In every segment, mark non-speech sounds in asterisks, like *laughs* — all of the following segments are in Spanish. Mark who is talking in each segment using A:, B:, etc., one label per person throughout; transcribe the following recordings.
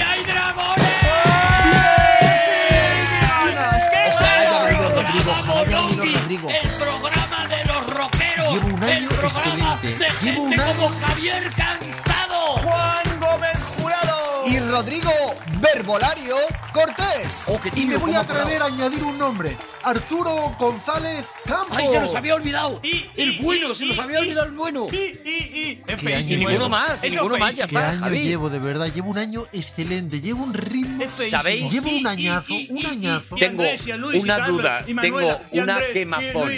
A: hay dragones.
B: Jairo Nino Rodrigo.
A: El programa de los rockeros.
B: Llevo un
A: el
B: año
A: programa
B: excelente.
A: de
B: Llevo
A: gente
B: un año-
A: como Javier Cansado.
C: Juan Gómez Jurado.
B: y Rodrigo Verbolario Cortés.
A: Oh, qué
C: Y
A: tío,
C: me voy
A: cómo
C: a
A: ha colado.
C: atrever a añadir un nombre. Arturo González Campos.
A: Ay, se nos había olvidado. El bueno, se nos había olvidado el bueno.
B: ¿Qué año
D: Y ninguno
B: llevo?
D: más, y ninguno más, ya
C: ¿Qué
D: está,
C: año
D: Javi.
C: llevo, de verdad? Llevo un año excelente. Llevo un ritmo.
D: ¿Sabéis?
C: Llevo un añazo, un añazo.
D: y- Tengo una duda, tengo una quemazón.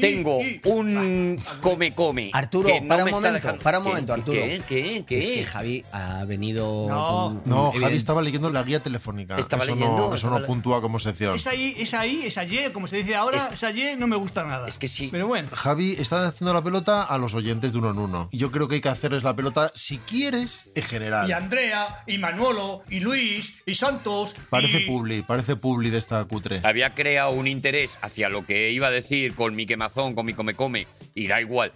D: Tengo un
C: Ah,
D: come come.
B: Arturo,
D: que no
B: para
D: me
B: un
D: está
B: momento,
D: dejando-
B: para un
D: ¿Qué?
B: momento, Arturo.
D: ¿Qué? ¿Qué? ¿Qué?
B: Es que Javi ha venido.
E: No.
B: con-
C: No,
B: con-
C: Javi estaba leyendo la guía telefónica.
D: Estaba
C: eso
D: leyendo,
C: no, eso
D: estaba
C: no
D: le-
C: puntúa como sección.
E: Esa I, esa I, esa Y, como se dice ahora,
D: Es-
E: esa Y no me gusta nada.
D: Es que sí.
E: Pero bueno,
C: Javi está haciendo la pelota a los oyentes de uno en uno. Yo creo que hay que hacerles la pelota, si quieres, en
E: y
C: general.
E: Andrea, y Manolo, y Luis, y Santos.
C: Parece
E: y-
C: publi, parece publi de esta cutre.
D: Había creado un interés hacia lo que iba a decir con mi quemazón, con mi come come, y da igual.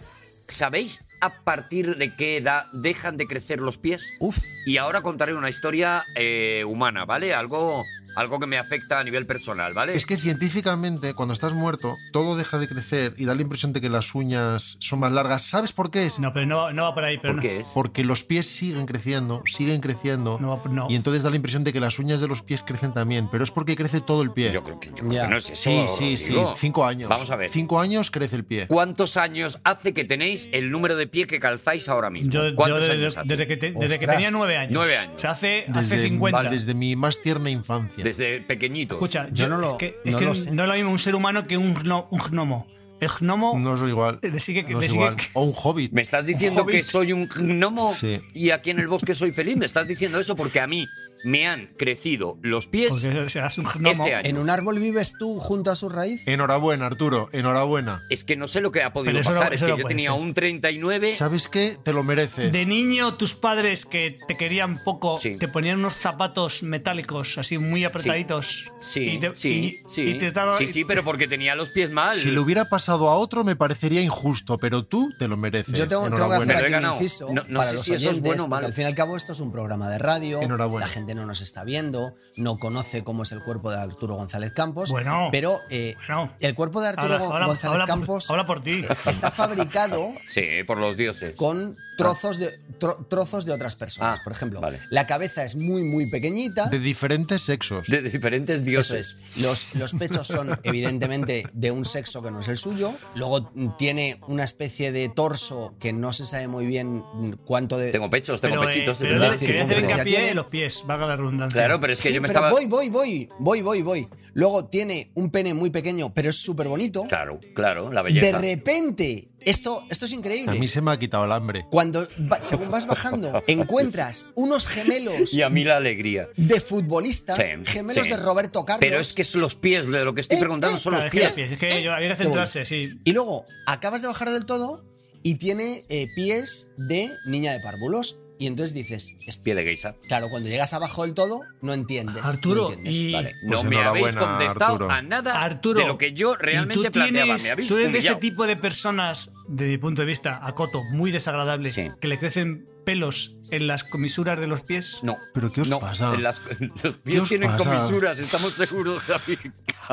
D: ¿Sabéis a partir de qué edad dejan de crecer los pies?
B: Uf.
D: Y ahora contaré una historia eh, humana, ¿vale? Algo, algo que me afecta a nivel personal, ¿vale?
C: Es que científicamente, cuando estás muerto, todo deja de crecer y da la impresión de que las uñas son más largas. ¿Sabes por qué es?
E: No, pero no, no va por ahí, pero
D: ¿Por
E: no.
D: qué es?
C: Porque los pies siguen creciendo, siguen creciendo.
E: No, no.
C: Y entonces da la impresión de que las uñas de los pies crecen también, pero es porque crece todo el pie.
D: Yo creo que, yo creo
B: Ya.
D: que no es eso.
C: sí, sí, sí.
D: Rodrigo.
C: Cinco años.
D: Vamos a ver.
C: Cinco años crece el pie.
D: ¿Cuántos años hace que tenéis el número de pie que calzáis ahora mismo?
E: Yo, yo
D: ¿Cuántos
E: desde,
D: años hace?
E: desde que te- desde que
B: Ostras.
E: tenía nueve años.
D: Nueve años.
E: O sea, hace,
C: Desde,
E: hace 50.
C: vale, desde mi más tierna infancia.
D: Desde pequeñito.
E: Escucha,
B: Yo
E: yo,
B: no lo-
E: es que, es
B: no
E: que
B: lo sé.
E: no es lo mismo un ser humano que un, gno- un gnomo. El gnomo.
C: No es igual.
E: Eh, sigue que-
C: no es
E: sigue
C: igual.
E: que-
C: O un hobbit.
D: ¿Me estás diciendo
E: Hobbit.
D: que soy un gnomo
C: Sí.
D: y aquí en el bosque soy feliz? ¿Me estás diciendo eso? Porque a mí me han crecido los pies
E: Porque serás un gnomo.
D: este año.
B: ¿En un árbol vives tú junto a su raíz?
C: Enhorabuena, Arturo. Enhorabuena.
D: Es que no sé lo que ha podido
E: Pero eso no-
D: pasar. es
E: eso
D: que
E: no
D: yo
E: puede
D: tenía
E: ser.
D: un 39.
C: ¿Sabes qué? Te lo mereces.
E: De niño, tus padres que te querían poco,
D: Sí.
E: te ponían unos zapatos metálicos, así muy apretaditos.
D: Sí,
E: Y te-
D: sí,
E: y-
D: sí.
E: y te daban-
D: sí, sí, pero porque tenía los pies mal.
C: Si le hubiera pasado a otro me parecería injusto, pero tú te lo mereces.
B: Yo tengo, tengo que
C: Enhorabuena.
D: Pero
B: hacer
D: he
B: aquí un
D: ganado.
B: inciso
D: No- no
B: para
D: sé
B: los
D: si eso es
B: oyentes,
D: bueno o
B: porque
D: malo.
B: al fin y al cabo esto es un programa de radio,
C: Enhorabuena.
B: la gente no nos está viendo, no conoce cómo es el cuerpo de Arturo González Campos,
E: Bueno.
B: pero eh,
E: Bueno.
B: el cuerpo de Arturo
E: Habla-
B: Gon-
E: habla-
B: González
E: habla por-
B: Campos
E: habla por
D: *laughs*
E: ti.
B: está fabricado
D: Sí, por los dioses.
B: con
E: Ah.
B: trozos de, tro- trozos de otras personas.
D: Ah,
B: Por ejemplo,
D: vale.
B: la cabeza es muy, muy pequeñita.
C: De diferentes sexos.
D: De diferentes
B: Eso
D: dioses.
B: es. Los, los
D: *laughs*
B: pechos son, evidentemente, de un sexo que no es el suyo. Luego mm, tiene una especie de torso que no se sabe muy bien mm, cuánto de.
D: Tengo pechos, tengo
E: pero, eh,
D: pechitos.
E: pero
D: tengo
B: verdad,
D: pechos.
E: le-
B: sí,
E: quería hacer
B: conferencia
E: hincapié
B: tiene.
E: en los pies, valga la redundancia.
D: Claro, pero es que
B: Sí,
D: yo me
B: pero
D: estaba.
B: voy, voy, voy, voy, voy, voy. Luego tiene un pene muy pequeño, pero es súper bonito.
D: Claro, claro, la
B: de
D: belleza.
B: repente, esto, esto es increíble.
C: A mí se me ha quitado el hambre.
B: Cuando va- según
D: *laughs*
B: vas bajando, encuentras unos gemelos
D: Y a mí la alegría.
B: de futbolista,
D: Sí,
B: gemelos
D: sí.
B: de Roberto Carlos.
D: Pero es que es los pies, de lo que estoy
B: Eh,
D: preguntando
B: eh,
D: son
E: Claro,
D: los
E: es que los
D: pies.
E: pies, es que yo- había que
B: Qué
E: centrarse, sí.
B: Y luego acabas de bajar del todo y tiene eh, pies de niña de párvulos. Y entonces dices, es-
D: Pie de geisa.
B: claro, cuando llegas abajo del todo, no entiendes. no
E: Arturo,
B: entiendes.
E: y-
D: Vale,
C: Pues
D: no me habéis
C: enhorabuena,
D: contestado
C: Arturo.
D: a nada
B: Ah.
E: Arturo,
D: de lo que yo
E: y
D: realmente
E: tú
D: planteaba.
E: tienes-
D: Me habéis
E: Tú eres de ese
D: humillado.
E: tipo de personas, desde mi punto de vista, a Coto, muy desagradable,
D: Sí.
E: que le crecen pelos en las comisuras de los pies.
D: No.
C: ¿Pero qué os
D: no,
C: pasa?
D: las- *laughs* los pies
C: os
D: tienen
C: pasa?
D: comisuras, estamos seguros, Javi.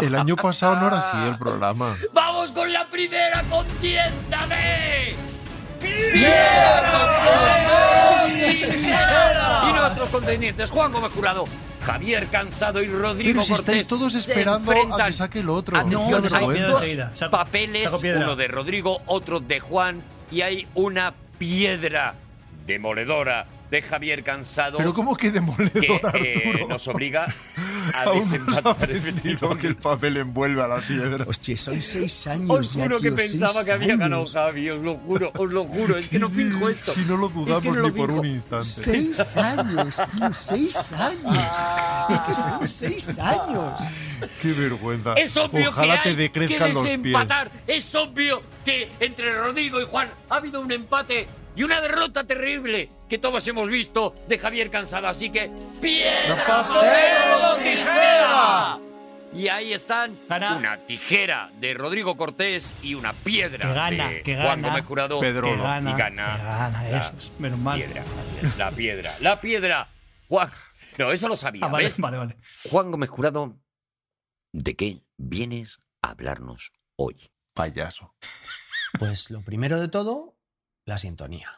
C: El año pasado no era así el programa.
D: ¡Vamos con la primera contienda de... Y nuestros contendientes, Juan Gómez Jurado, Javier Cansado y Rodrigo
C: Pero si
D: Cortés
C: estáis todos
D: se
C: esperando a que
D: enfrentan.
C: saque el otro.
D: Atención,
E: No, no,
D: hay
E: saco piedra
D: dos
E: enseguida, saco-
D: papeles,
E: saco piedra.
D: uno de Rodrigo, otro de Juan, y hay una piedra demoledora de Javier Cansado
C: Pero ¿cómo que
D: que
C: demoledor,
D: eh,
C: Arturo?
D: nos obliga
C: *laughs*
D: a
C: Aún no os
D: desempatar
C: habéis
D: el
C: dicho que el papel envuelve a la piedra.
B: Hostia,
D: *laughs*
B: son seis años.
D: Os
B: ya,
D: juro que
B: tío, seis
D: pensaba que había
B: años.
D: ganado Javi, os lo juro, os lo juro, es que no finjo esto.
C: Si no lo
D: Es que no
C: dudamos
D: lo
C: ni
D: *laughs*
C: por
D: finjo.
C: un instante.
D: Ah.
B: Seis años, tío, seis años. Es que son seis años.
C: Qué vergüenza.
D: Es obvio
C: Ojalá
D: que,
C: te
D: hay que
C: decrezcan los pies.
D: desempatar. Es obvio que entre Rodrigo y Juan ha habido un empate y una derrota terrible que todos hemos visto de Javier Cansada. Así que piedra, papel o tijera. Y ahí están
E: Gana.
D: una tijera de Rodrigo Cortés y una piedra
E: Que gana,
D: de
E: que
D: Juan
E: gana.
D: Gómez Jurado.
C: Pedro.
E: Que
C: Drolo.
E: gana,
D: Y gana.
E: que gana,
D: La
E: eso es, menos mal. Ah,
D: Piedra, la piedra, la piedra. Juan, no, eso lo sabía.
E: Ah, vale,
D: ¿ves?
E: vale, vale.
D: Juan Gómez Jurado, ¿de qué vienes a hablarnos hoy?
C: Payaso.
B: Pues lo primero de todo, la sintonía.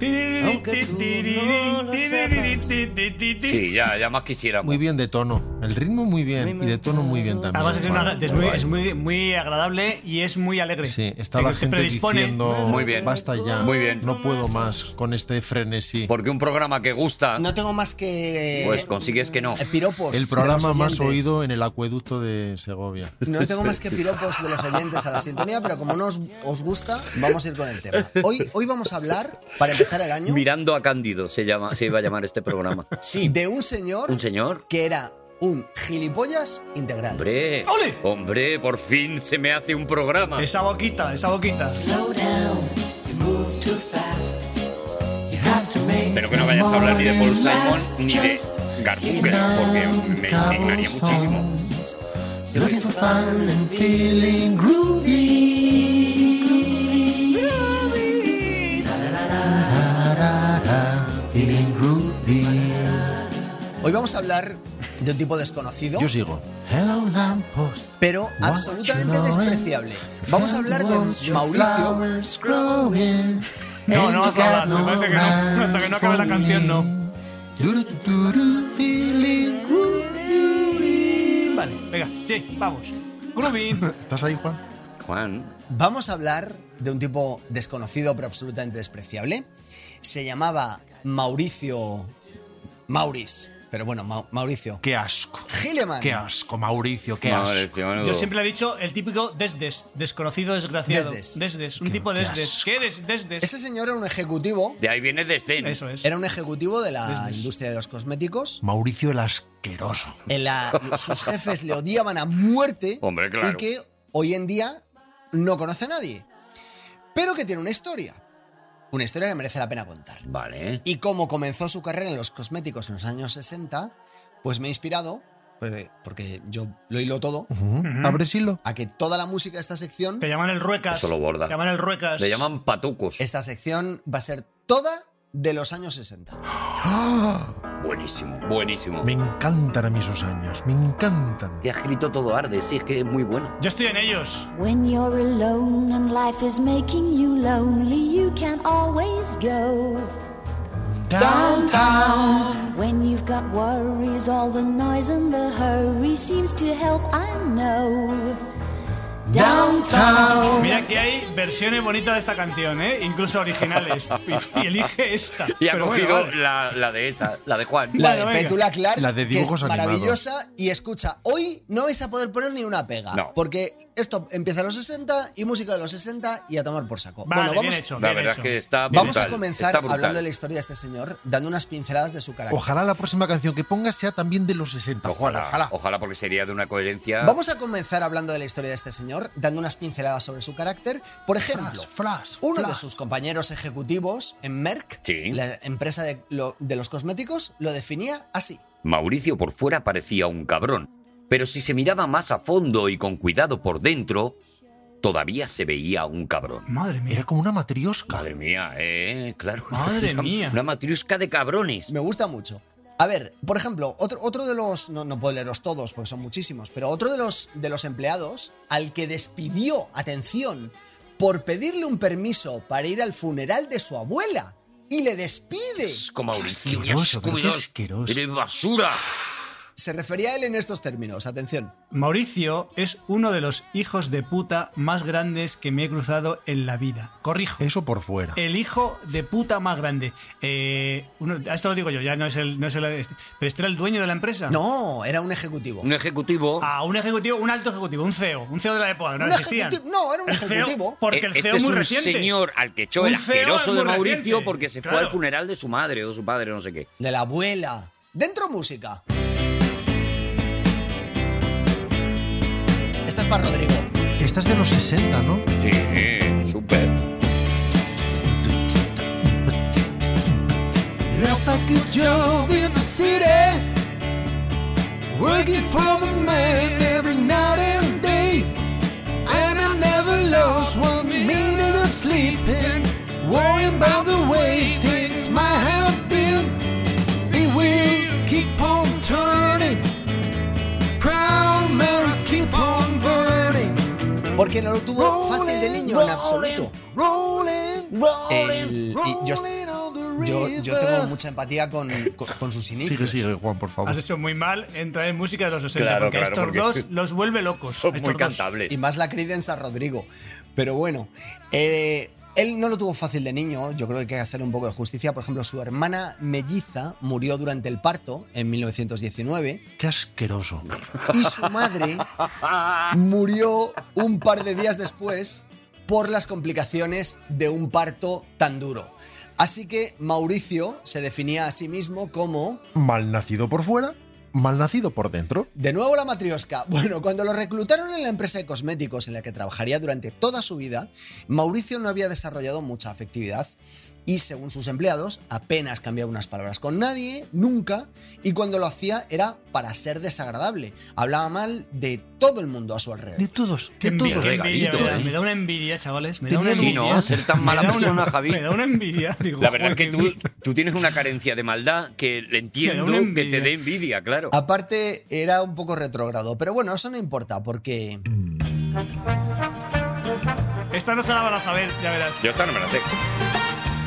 D: Sí, ya, ya más quisiéramos.
C: Muy bien de tono. El ritmo muy bien. Y de tono muy bien también.
E: Además es, una-
C: Juan.
E: es muy, es muy- muy agradable y es muy alegre.
C: Sí, está
E: Te-
C: la
E: te
C: gente
E: predispone.
C: diciendo
D: Muy bien.
C: basta ya.
D: Muy bien.
C: No puedo más con este frenesí.
D: Porque un programa que gusta,
B: No tengo más Ah. que.
D: pues consigues que no.
B: eh, piropos.
C: El
B: de
C: programa
B: los
C: más
B: oyentes.
C: oído en el acueducto de Segovia.
B: No tengo más que piropos de los oyentes a la sintonía, pero como no os, os gusta, vamos a ir con el tema. Hoy, hoy vamos a hablar, para empezar el año,
D: Mirando a Cándido se llama, se iba a llamar este
B: *laughs*
D: programa. Sí,
B: de un señor
D: un señor.
B: que era un gilipollas integral.
D: Hombre,
E: ¡Ole!
D: hombre, por fin se me hace un programa.
E: Esa boquita, esa boquita.
D: Espero que no vayas a hablar ni de Paul Simon ni de Garfunkel, porque me indignaría muchísimo.
B: Hoy vamos a hablar de un tipo desconocido,
C: Yo sigo. Hello, lamppost.
B: pero absolutamente
C: eh.
B: despreciable. Vamos a hablar de Mauricio.
E: No, no vas a hablar, me parece que no. *laughs* Hasta que no acabe la canción, no. Vale, venga, sí, vamos.
D: *laughs*
E: Groovy.
C: ¿Estás ahí, Juan?
D: Juan,
B: Vamos a hablar de un tipo desconocido, pero absolutamente despreciable. Se llamaba Mauricio. Mauris. Pero bueno, Mau- Mauricio.
C: Qué asco.
B: Gileman.
C: Qué asco, Mauricio, qué
D: madre,
C: asco.
D: tío, menudo.
E: Yo siempre he dicho el típico desdes, desconocido desgraciado.
B: Desdes.
E: Desdes, un tipo
C: qué
E: desdes.
C: asco.
E: ¿Qué eres? Desdes.
B: Este señor era un ejecutivo.
D: De ahí viene desdén.
E: Eso es.
B: Era un ejecutivo de la
E: Business.
B: industria de los cosméticos.
C: Mauricio el asqueroso.
B: En la-
D: *laughs*
B: sus jefes le odiaban a muerte.
D: Hombre, claro.
B: Y que hoy en día no conoce a nadie. Pero que tiene una historia. Una historia que merece la pena contar.
D: Vale.
B: Y como comenzó su carrera en los cosméticos en los años 60, pues me he inspirado, pues, porque yo lo hilo todo,
C: ¿Abres hilo?
B: a que toda la música de esta sección,
E: Te llaman el ruecas.
D: Eso lo borda.
E: Te llaman el ruecas.
D: Le llaman patucos.
B: esta sección va a ser toda de los años 60.
D: Buenísimo, buenísimo.
C: Me encantan a mí esos años, me encantan.
D: Te has escrito todo arde, sí, es que es muy bueno.
E: Yo estoy en ellos.
F: When you're alone and life is making you lonely, you can always go. When you've got worries, all the noise and the hurry seems to help, I know. Downtown.
E: Mira que hay versiones bonitas de esta canción, ¿eh? Incluso originales. Y, y elige esta.
D: *laughs* Y ha
E: Pero bueno,
D: cogido
E: vale.
D: la, la de esa, la de Juan.
B: La
E: Bueno,
B: de
E: venga.
B: Petula Clark,
C: La de
B: que es
C: dibujos animados.
B: maravillosa, y escucha, hoy no vais a poder poner ni una pega,
D: No.
B: porque esto empieza a los 60 y música de los 60 y a tomar por saco.
E: Vale,
B: bueno,
E: bien
B: vamos,
E: hecho.
D: La
E: bien
D: verdad
E: hecho.
D: es que está brutal.
B: vamos a comenzar
D: está brutal.
B: hablando de la historia de este señor, dando unas pinceladas de su carácter.
C: Ojalá la próxima canción que pongas sea también de los 60. Juan,
D: Ojalá, ojalá. porque sería de una coherencia.
B: Vamos a comenzar hablando de la historia de este señor, dando unas pinceladas sobre su carácter. Por ejemplo,
C: Flash,
B: uno de
C: flash.
B: sus compañeros ejecutivos en Merck,
D: Sí.
B: la empresa de, lo- de los cosméticos, lo definía así.
D: Mauricio por fuera parecía un cabrón, pero si se miraba más a fondo y con cuidado por dentro, todavía se veía un cabrón.
E: Madre mía.
C: Era como una matriosca.
D: Madre mía, eh, claro. *laughs*
E: Madre
D: Una-
E: mía.
D: Una matriusca de cabrones.
B: Me gusta mucho. A ver, por ejemplo, otro, otro de los. No, no puedo leeros todos porque son muchísimos, pero otro de los, de los empleados al que despidió, atención, por pedirle un permiso para ir al funeral de su abuela. Y le despide.
D: Como Mauricio, ya
C: asqueroso, pero qué
D: escudos.
C: asqueroso.
D: Eres basura.
B: Se refería a él en estos términos, atención.
E: Mauricio es uno de los hijos de puta más grandes que me he cruzado en la vida. Corrijo.
C: Eso por fuera.
E: El hijo de puta más grande. Eh, uno- a esto lo digo yo, ya no es el. No es el este. pero este era el dueño de la empresa.
B: No, era un ejecutivo.
D: Un ejecutivo.
E: A un ejecutivo, un alto ejecutivo, un CEO. Un CEO de la época, no
B: Un
E: existían.
B: ejecutivo- no, era un
E: El CEO,
B: ejecutivo.
E: porque el
D: Eh,
E: CEO
D: este es
E: muy
D: un
E: reciente.
D: señor al que echó el
E: Un CEO
D: asqueroso de
E: muy
D: Mauricio
E: reciente,
D: porque se fue
E: claro.
D: al funeral de su madre o de su padre, no sé qué.
B: De la abuela. Dentro música. para Rodrigo.
C: Esta es de los 60, ¿no?
D: Sí, súper.
C: Left a good job in the city, working for the man every night and day, and I never lost one minute of sleeping, worrying about the way things might have been. It will keep on turning, proud Mary keep on burning.
B: Porque no lo tuvo fácil de niño en absoluto.
C: Rolling,
B: El- y yo, yo, yo tengo mucha empatía con, con- con sus inicios.
C: Sigue, sigue, Juan, por favor.
E: Has hecho muy mal en traer música de los 60,
D: Claro,
E: porque a
D: claro,
E: estos
D: porque *laughs*
E: dos los vuelve locos. a
D: Son
E: estos
D: muy
E: dos.
D: cantables.
B: Y más la Credence a Rodrigo. Pero bueno, eh, él no lo tuvo fácil de niño, yo creo que hay que hacerle un poco de justicia. Por ejemplo, su hermana melliza murió durante el parto en 1919
C: Qué asqueroso.
B: y su madre murió un par de días después por las complicaciones de un parto tan duro. Así que Mauricio se definía a sí mismo como
C: Malnacido por fuera, malnacido por dentro.
B: De nuevo la matriosca. *laughs* Bueno, cuando lo reclutaron en la empresa de cosméticos en la que trabajaría durante toda su vida, Mauricio no había desarrollado mucha afectividad y, según sus empleados, apenas cambiaba unas palabras con nadie, nunca, y cuando lo hacía era para ser desagradable. Hablaba mal de todo el mundo a su
C: De
B: alrededor.
C: todos,
E: Qué
C: de
E: envidia,
C: todos.
E: qué envidia,
D: regalito,
E: me, da,
D: ¿eh?
E: me da una envidia, chavales. Me da una
C: Sí,
E: envidia.
D: ¿no? Ser tan mala
E: Me da
D: persona,
E: una-
D: Javi.
E: Me da una envidia. digo,
D: La verdad es
E: joder,
D: que
E: qué
D: tú,
E: envidia.
D: tú tienes una carencia de maldad que le entiendo
E: una
D: que te
E: envidia.
D: dé envidia, claro.
B: Aparte, era un poco retrógrado, pero bueno, eso no importa porque
E: Esta no se la van a saber, ya verás.
D: Yo esta no me la sé.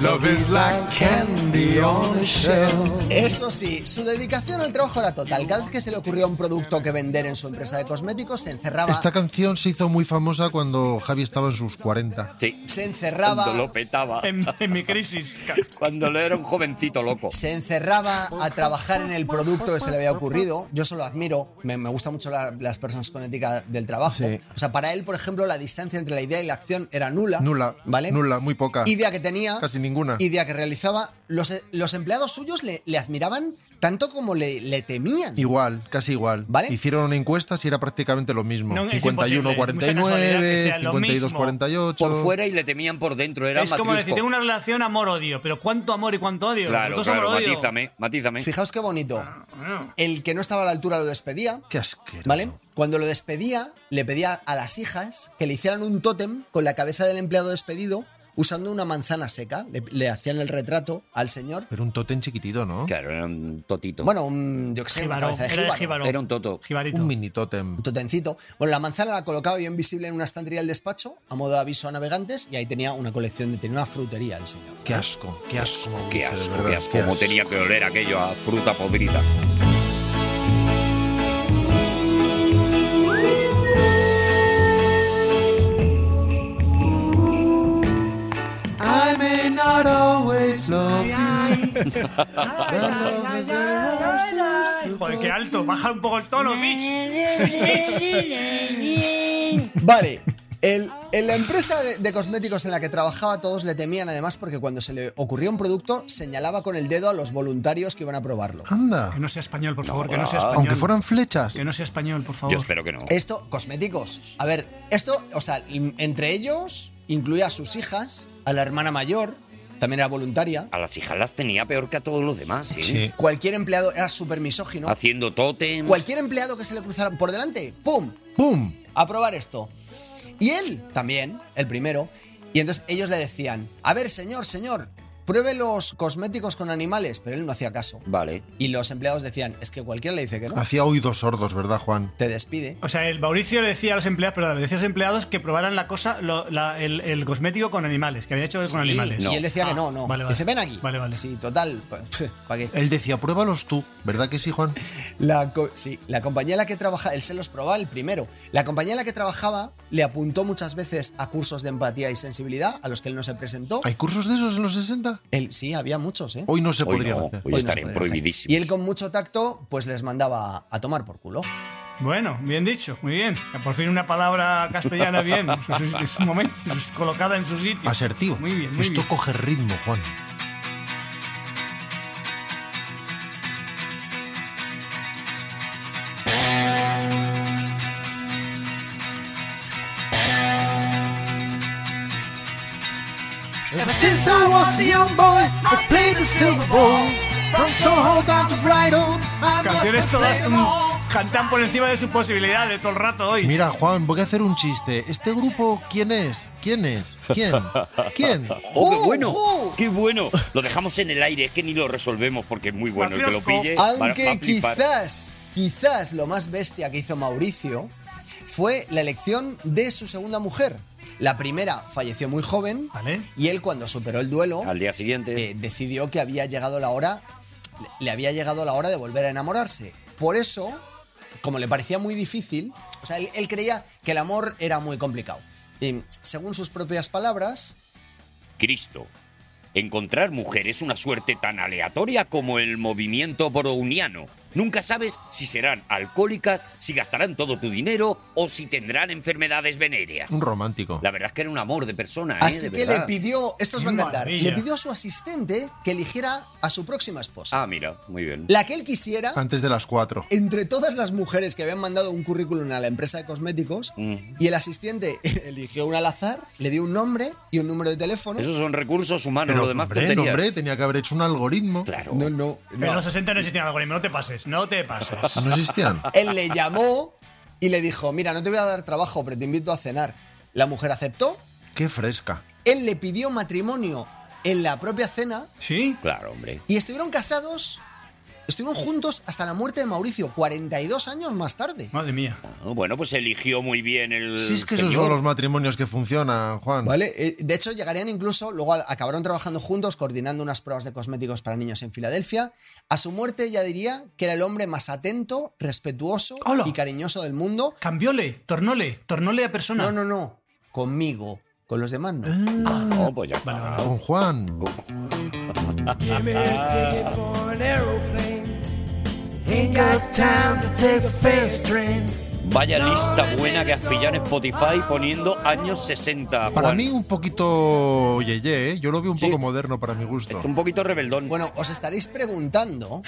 C: Love is like candy on a shelf.
B: Eso sí, su dedicación al trabajo era total. Cada vez que se le ocurría un producto que vender en su empresa de cosméticos, se encerraba,
C: Esta canción se hizo muy famosa cuando Javi estaba en sus 40.
D: Sí.
B: se encerraba,
D: Cuando lo petaba.
E: En, en mi crisis. ca-
D: Cuando lo era un jovencito loco.
B: se encerraba a trabajar en el producto que se le había ocurrido. Yo se lo admiro, me, me gusta mucho la- las personas con ética del trabajo.
C: Sí.
B: O sea, para él, por ejemplo, la distancia entre la idea y la acción era nula.
C: Nula,
B: ¿vale?
C: nula, muy poca.
B: Idea que tenía,
C: Casi ninguna.
B: idea que realizaba. Los, los empleados suyos le, le admiraban tanto como le, le temían.
C: Igual, casi igual.
B: ¿Vale?
C: Hicieron una encuesta y era prácticamente lo mismo.
E: No, es imposible,
C: 51,
E: mucha casualidad que
C: 49,
E: sea lo
C: 52,
E: mismo.
C: 48.
D: Por fuera y le temían por dentro. Era
E: Es como decir,
D: matriusco.
E: tengo una relación amor-odio, pero ¿cuánto amor y cuánto odio?
D: Claro,
E: Dos
D: claro.
E: amor-odio.
D: Matízame, matízame.
B: Fijaos qué bonito.
E: Bueno,
B: El que no estaba a la altura lo despedía.
C: Qué asqueroso.
B: ¿Vale? Cuando lo despedía, le pedía a las hijas que le hicieran un tótem con la cabeza del empleado despedido usando una manzana seca. Le, le hacían el retrato al señor.
C: Pero un totem chiquitito, ¿no?
D: Claro, era un totito.
B: Bueno, un, yo qué sé, una
E: Jíbaro,
B: cabeza de
E: era de
B: jíbaro.
E: jíbaro.
D: Era un toto.
E: Jibarito.
C: Un mini totem.
B: Un totemcito. Bueno, la manzana la colocaba bien visible en una estantería del despacho, a modo de aviso a navegantes, y ahí tenía una colección de. tenía una frutería el señor.
C: *laughs* Qué asco, qué asco.
D: Qué
C: Mauricio, de
D: asco,
C: verdad,
D: qué asco. Como tenía que oler aquello a fruta podrida.
C: I may not always love you.
E: Joder, qué alto. Baja un poco el tono, bitch.
B: Vale. El- en la empresa de, de cosméticos en la que trabajaba todos le temían además porque cuando se le ocurría un producto señalaba con el dedo a los voluntarios que iban a probarlo.
C: Anda,
E: Que no sea español, por favor, que no sea español.
C: aunque fueran flechas.
E: Que no sea español, por favor.
D: Yo espero que no.
B: Esto, cosméticos. A ver, esto, o sea, in- entre ellos incluía a sus hijas, a la hermana mayor, también era voluntaria.
D: A las hijas las tenía peor que a todos los demás, ¿eh?
C: Sí.
B: Cualquier empleado era súper misógino.
D: Haciendo tótem.
B: Cualquier empleado que se le cruzara por delante, ¡pum!
C: ¡Pum!
B: A probar esto. Y él también, el primero. Y entonces ellos le decían, a ver, señor, señor, pruebe los cosméticos con animales, pero él no hacía caso.
D: Vale.
B: Y los empleados decían, es que cualquiera le dice que no,
C: Hacía oídos sordos, ¿verdad, Juan?
B: te despide.
E: O sea, el Mauricio le decía a los empleados, pero le decía a los empleados que probaran la cosa, lo- la- el, el cosmético con animales, que había hecho
B: Sí,
E: con animales.
B: Y él decía que
E: Ah,
B: no, no.
E: vale, vale.
B: Dice, ven aquí.
E: Vale, vale.
B: Sí, total, *laughs* ¿para qué?
C: Él decía, pruébalos tú, ¿verdad que sí, Juan?
B: La co- sí, la compañía en la que trabaja, él se los probaba el primero. La compañía en la que trabajaba le apuntó muchas veces a cursos de empatía y sensibilidad a los que él no se presentó.
C: ¿Hay cursos de esos en los 60?
B: Él, sí, había muchos, ¿eh?
C: Hoy no se
D: Hoy
C: podrían
D: no,
C: hacer.
D: hoy
B: no se
D: estarían
B: podían hacer.
D: prohibidísimos.
B: Y él con mucho tacto, pues les mandaba a tomar por culo.
E: Bueno, bien dicho, muy bien. Por fin una palabra castellana bien, en su- en su momento, colocada en su sitio.
C: Asertivo.
E: Muy bien, muy
B: Pues
C: Esto
E: bien.
C: coge ritmo, Juan.
G: Since I was a young boy, I played the silver ball. From Soho down to Brighton, I must
E: Canciones
G: have
E: todas
G: played them all.
E: mm, cantan por encima de sus posibilidades todo el rato hoy.
C: Mira, Juan, voy a hacer un chiste. ¿Este grupo quién es? ¿Quién es? ¿Quién? ¿Quién?
B: ¡Ju,
D: ¡Oh, qué bueno!
B: ju!
D: ¡Qué bueno! Lo dejamos en el aire, es que ni lo resolvemos porque es muy bueno. El que lo
E: Matriosco.
D: pille Eh, va- va a
B: Aunque
D: flipar.
B: quizás, quizás lo más bestia que hizo Mauricio fue la elección de su segunda mujer. La primera falleció muy joven
E: Vale.
B: y él cuando superó el duelo
D: Al día siguiente.
B: eh, decidió que había llegado la hora, le había llegado la hora de volver a enamorarse. Por eso, como le parecía muy difícil, o sea, él, él creía que el amor era muy complicado. Y, según sus propias palabras,
D: Cristo. Encontrar mujer es una suerte tan aleatoria como el movimiento browniano. Nunca sabes si serán alcohólicas, si gastarán todo tu dinero o si tendrán enfermedades venéreas.
C: Un romántico.
D: La verdad es que era un amor de persona, ¿eh?
B: así
D: De
B: que le
D: verdad.
B: pidió, esto os va a encantar,
E: Maravilla.
B: le pidió a su asistente que eligiera a su próxima esposa.
D: Ah, mira, muy bien.
B: La que él quisiera
C: Antes de las cuatro.
B: entre todas las mujeres que habían mandado un currículum a la empresa de cosméticos
D: Mm.
B: y el asistente *laughs* eligió una al azar, le dio un nombre y un número de teléfono.
D: Esos son recursos humanos,
C: Pero,
D: lo demás
C: hombre, no,
D: tonterías.
C: hombre, tenía que haber hecho un algoritmo.
D: Claro.
B: No, no,
E: Pero en
B: no.
E: los 60 no existía algoritmo, no te pases, no te pases.
C: Ah,
D: *laughs*
C: No existían.
B: Él le llamó y le dijo, mira, no te voy a dar trabajo, pero te invito a cenar. La mujer aceptó,
C: Qué fresca.
B: él le pidió matrimonio en la propia cena
E: ¿Sí?
D: Claro, hombre.
B: y estuvieron casados, estuvieron juntos hasta la muerte de Mauricio, 42 años más tarde.
E: Madre mía.
D: Ah, Bueno, pues eligió muy bien el.
C: Si es que
D: señor.
C: esos son los matrimonios que funcionan, Juan.
B: ¿Vale? Eh, De hecho, llegarían incluso, luego a- acabaron trabajando juntos, coordinando unas pruebas de cosméticos para niños en Filadelfia. A su muerte ya diría que era el hombre más atento, respetuoso
E: ¡Hola!
B: y cariñoso del mundo.
E: Cambiole, tornole, tornole a persona.
B: No, no, no. Conmigo. Con los demás no.
D: No, pues ya está.
C: Con Juan.
G: Ain't got time to take a fast train.
D: Vaya lista buena que has pillado en Spotify poniendo años 60. Juan.
C: Para mí un poquito yeye, ¿eh? Yo lo veo un
D: Sí.
C: poco moderno para mi gusto.
D: Está un poquito rebeldón.
B: Bueno, os estaréis preguntando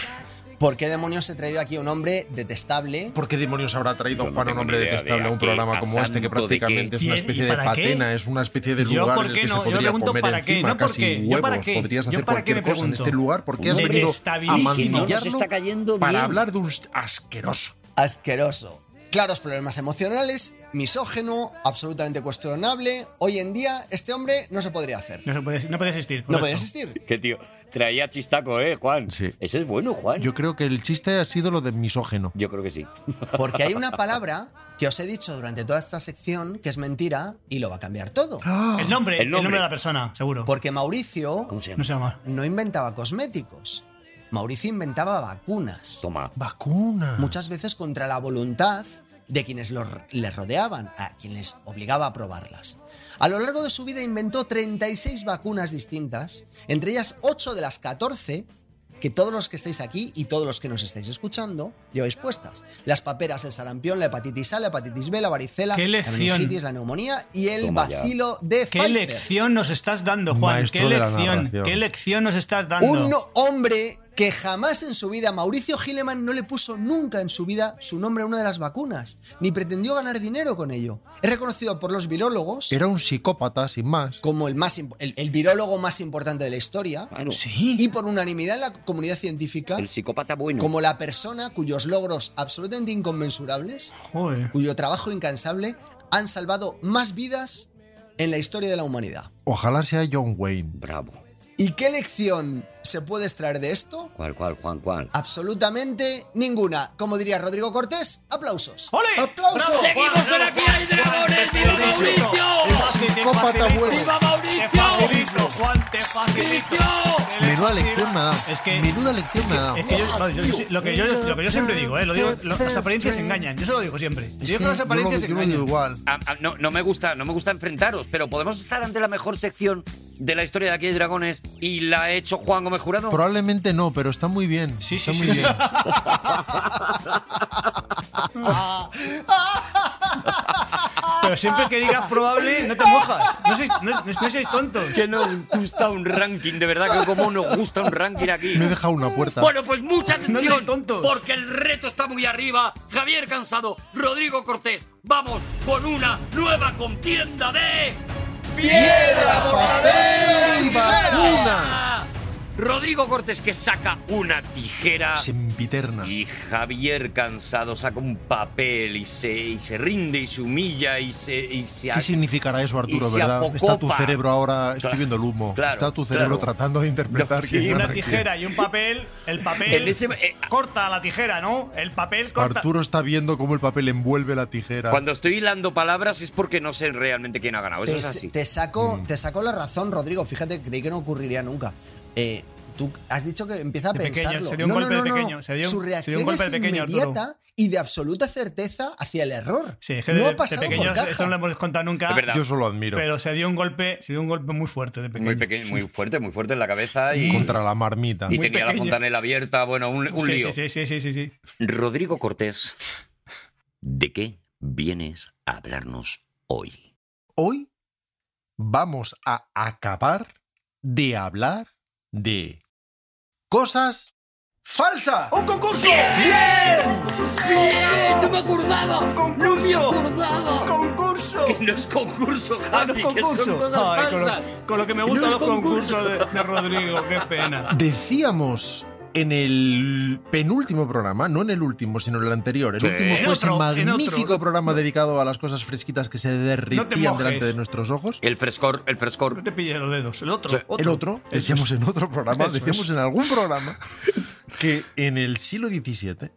B: por qué demonios he traído aquí a un hombre detestable.
C: ¿Por qué demonios habrá traído
D: Yo no
C: Juan a un
D: tengo
C: hombre
D: ni idea de
C: detestable a un
D: a qué,
C: programa
D: a
C: como este que
D: santo de qué.
C: prácticamente es una
E: ¿Y- y
C: especie de
E: para qué?
C: patena, es una especie de
E: Yo,
C: lugar
E: ¿por
C: en el
E: qué
C: que se
E: no? Yo
C: podría
E: pregunto,
C: comer
E: ¿para qué?
C: encima
E: No, ¿por
C: casi
E: qué? Yo,
C: huevos,
E: ¿para qué?
C: podrías
E: Yo,
C: hacer
E: ¿para qué
C: cualquier
E: me
C: cosa en
E: pregunto?
C: este lugar, ¿por qué has venido a
E: Detestabilísimo.
C: mancillarlo
D: Nos está cayendo
C: para
D: bien.
C: hablar de un asqueroso?
B: Asqueroso. Claros problemas emocionales, misógeno, absolutamente cuestionable. Hoy en día, este hombre no se podría hacer.
E: No, se puede, no puede existir. por
B: No podría
E: eso.
B: existir.
D: Que tío, traía chistaco, ¿eh, Juan?
C: Sí.
D: Ese es bueno, Juan. Yo,
C: Yo creo que el chiste ha sido lo de misógeno.
D: creo que sí.
B: Porque hay una palabra que os he dicho durante toda esta sección que es mentira y lo va a cambiar todo.
E: El nombre,
D: El
E: el nombre,
D: nombre.
E: de la persona, seguro.
B: Porque Mauricio
D: ¿Cómo se llama?
E: No se llama.
B: no inventaba cosméticos. Mauricio inventaba vacunas.
D: Toma.
C: Vacuna.
B: Muchas veces contra la voluntad de quienes los les rodeaban, a quienes obligaba a probarlas. A lo largo de su vida inventó 36 vacunas distintas, entre ellas 8 de las 14 que todos los que estáis aquí y todos los que nos estáis escuchando lleváis puestas. Las paperas, el sarampión, la hepatitis A, la hepatitis B, la varicela,
E: ¡Qué
B: la
E: lección!
B: meningitis, la neumonía y el
D: Toma ya.
B: vacilo de
E: ¿Qué
B: Pfizer.
E: lección nos estás dando, Juan?
C: Maestro
E: ¿Qué
C: de la
E: lección?
C: narración.
E: ¿Qué lección nos estás dando?
B: Un no- hombre que jamás en su vida, Mauricio Gileman, no le puso nunca en su vida su nombre a una de las vacunas, ni pretendió ganar dinero con ello. Es reconocido por los virólogos
C: Era un psicópata, sin más.
B: como el, más imp- el, el virólogo más importante de la historia
D: Claro.
E: Sí.
B: y por unanimidad en la comunidad científica
D: Ah, El psicópata bueno.
B: como la persona cuyos logros absolutamente inconmensurables,
E: Joder.
B: cuyo trabajo incansable, han salvado más vidas en la historia de la humanidad.
C: Ojalá sea John Wayne.
D: Bravo.
B: ¿Y qué lección se puede extraer de esto?
D: ¿Cuál, cuál, Juan, cuál?
B: Absolutamente ninguna. Como diría Rodrigo Cortés, aplausos.
E: ¡Ole!
C: ¡Aplausos!
D: ¡Seguimos en Aquí hay dragones! ¡Viva Mauricio!
E: Te
C: Psicópata
E: facilito.
C: bueno.
D: ¡Viva
E: Te
D: Mauricio!
E: facilito, Juan, te facilito.
D: ¡Mauricio!
C: Menuda lección me ha dado.
E: Es que-
C: Menuda lección me ha dado.
E: Es que yo, vamos, yo- lo, que yo, lo que yo siempre digo, ¿eh? Lo digo, lo- las apariencias engañan. Yo se lo digo siempre. Yo
C: Es que
E: digo que las
C: yo lo-
E: apariencias
C: yo lo digo
E: engañan.
C: igual.
D: Ah, ah, no, no me gusta, no me gusta enfrentaros, pero podemos estar ante la mejor sección de la historia de Aquí hay dragones y la ha hecho Juan Gómez Jurado.
C: Probablemente no, pero está muy bien.
E: Sí,
C: está
E: sí,
C: muy
E: sí.
C: bien.
E: Pero siempre que digas probable, no te mojas. No sois, no, no sois tontos.
D: Que nos gusta un ranking, de verdad que como nos gusta un ranking aquí.
C: Me he dejado una puerta.
D: Bueno, pues mucha
E: No
D: atención,
E: seáis tontos.
D: porque el reto está muy arriba. Javier Cansado, Rodrigo Cortés, vamos con una nueva contienda de
H: Piedra, papel y tijeras.
D: ¡Ah! Rodrigo Cortés que saca una tijera
C: Sempiterna.
D: y Javier cansado saca un papel y se, y se rinde y se humilla y se... Y se
C: ¿Qué significará eso, Arturo,
D: y se
C: verdad? Está tu
D: acocopa.
C: cerebro ahora, estoy
D: Claro,
C: viendo el humo.
D: claro,
C: Está tu cerebro
D: claro.
C: tratando de interpretar.
D: No,
C: qué
D: sí,
C: mierda
E: Una
C: que es.
E: tijera y un papel, el
D: En
E: papel
D: ese- eh,
E: corta la tijera, ¿no? El papel corta.
C: Arturo está viendo cómo el papel envuelve la
D: *laughs*
C: tijera.
D: Cuando estoy hilando palabras es porque no sé realmente quién ha ganado. Eso
B: Te,
D: es así. Mm.
B: te saco, te saco la razón, Rodrigo. Fíjate, creí que no ocurriría nunca. Eh, tú has dicho que empieza a
E: De pequeño,
B: pensarlo.
E: se dio un
B: no,
E: golpe
B: no,
E: de
B: no, no.
E: pequeño, se dio un-
B: Su
E: se dio un
B: reacción
E: golpe
B: es
E: de pequeño, Arturo.
B: inmediata y de absoluta certeza hacia el error.
E: Sí, es que
B: no
E: de,
B: ha pasado
E: de
B: por
E: pequeños,
B: caja.
E: esto no lo hemos contado nunca.
D: Es verdad.
C: Yo solo admiro.
E: Pero se dio un golpe, se dio un golpe muy fuerte de pequeño.
D: Muy pequeño, muy fuerte, muy fuerte en la cabeza y,
C: Contra la marmita.
D: y
E: Muy
D: tenía la
E: pequeño.
D: fontanela abierta. Bueno, un, un
E: sí,
D: lío.
E: Sí, sí, sí, sí, sí.
D: Rodrigo Cortés, ¿de qué vienes a hablarnos hoy?
C: Hoy vamos a acabar de hablar de cosas falsas.
D: ¡No me acordaba! ¡No me acordaba!
E: ¡Concurso!
D: Que no es concurso,
E: Ah, no
D: Javi,
E: es
D: que son
E: concurso.
D: cosas
E: Ay, con,
D: falsas.
E: lo, con lo que me
D: No
E: gustan
D: es
E: los
D: concurso.
E: concursos de, de Rodrigo, qué pena.
C: Decíamos en el penúltimo programa, no en el último, sino en el anterior. El
D: Sí.
C: último
E: En
C: fue ese
E: otro, en
C: magnífico
E: otro.
C: programa dedicado a las cosas fresquitas que se derritían
E: mojes.
C: delante de nuestros ojos.
D: El frescor, el frescor.
E: No te pillé los dedos. El otro.
D: Sí,
C: El otro,
E: Eso
C: decíamos
E: es.
C: en otro programa,
E: Eso
C: decíamos
E: es.
C: en algún programa, que en el siglo XVII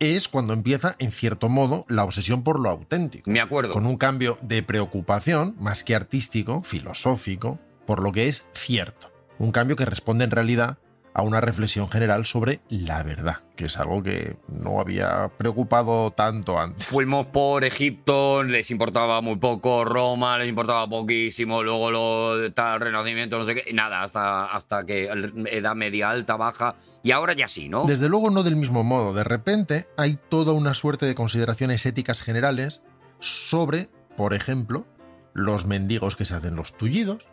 C: es cuando empieza, en cierto modo, la obsesión por lo auténtico.
D: Me acuerdo.
C: Con un cambio de preocupación, más que artístico, filosófico, por lo que es cierto. Un cambio que responde en realidad a una reflexión general sobre la verdad, que es algo que no había preocupado tanto antes.
D: Fuimos por Egipto, les importaba muy poco, Roma les importaba poquísimo, luego lo, tal, Renacimiento, no sé qué, y nada, hasta, hasta que el- edad media, alta, baja, y ahora ya sí, ¿no?
C: Desde luego no del mismo modo. De repente hay toda una suerte de consideraciones éticas generales sobre, por ejemplo, los mendigos que se hacen los tullidos,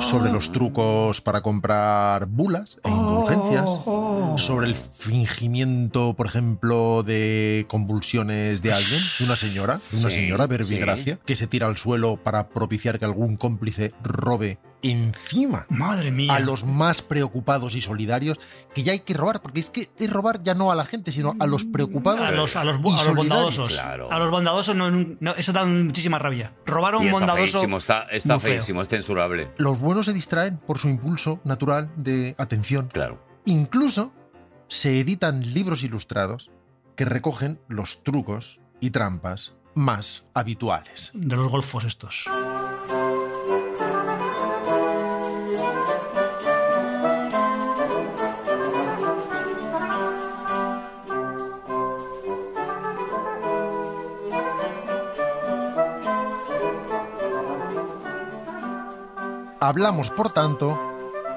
C: sobre los trucos para comprar bulas e indulgencias,
E: Oh.
C: sobre el fingimiento, por ejemplo, de convulsiones de alguien, de una señora, de una
D: Sí,
C: señora,
D: sí.
C: verbigracia, que se tira al suelo para propiciar que algún cómplice robe encima
E: Madre mía.
C: a los más preocupados y solidarios, que ya hay que robar, porque es que es robar ya no a la gente, sino a los preocupados.
E: a los, a
C: y
E: los, bu- a los
C: solidarios.
E: bondadosos.
D: Claro.
E: A los bondadosos, no, no, eso da muchísima rabia. Robar a
D: Y
E: un
D: está
E: bondadoso.
D: feísimo, está, está
E: muy feo.
D: feísimo, es censurable.
C: Los buenos se distraen por su impulso natural de atención.
D: Claro.
C: Incluso se editan libros ilustrados que recogen los trucos y trampas más habituales.
E: De los golfos estos.
C: Hablamos, por tanto,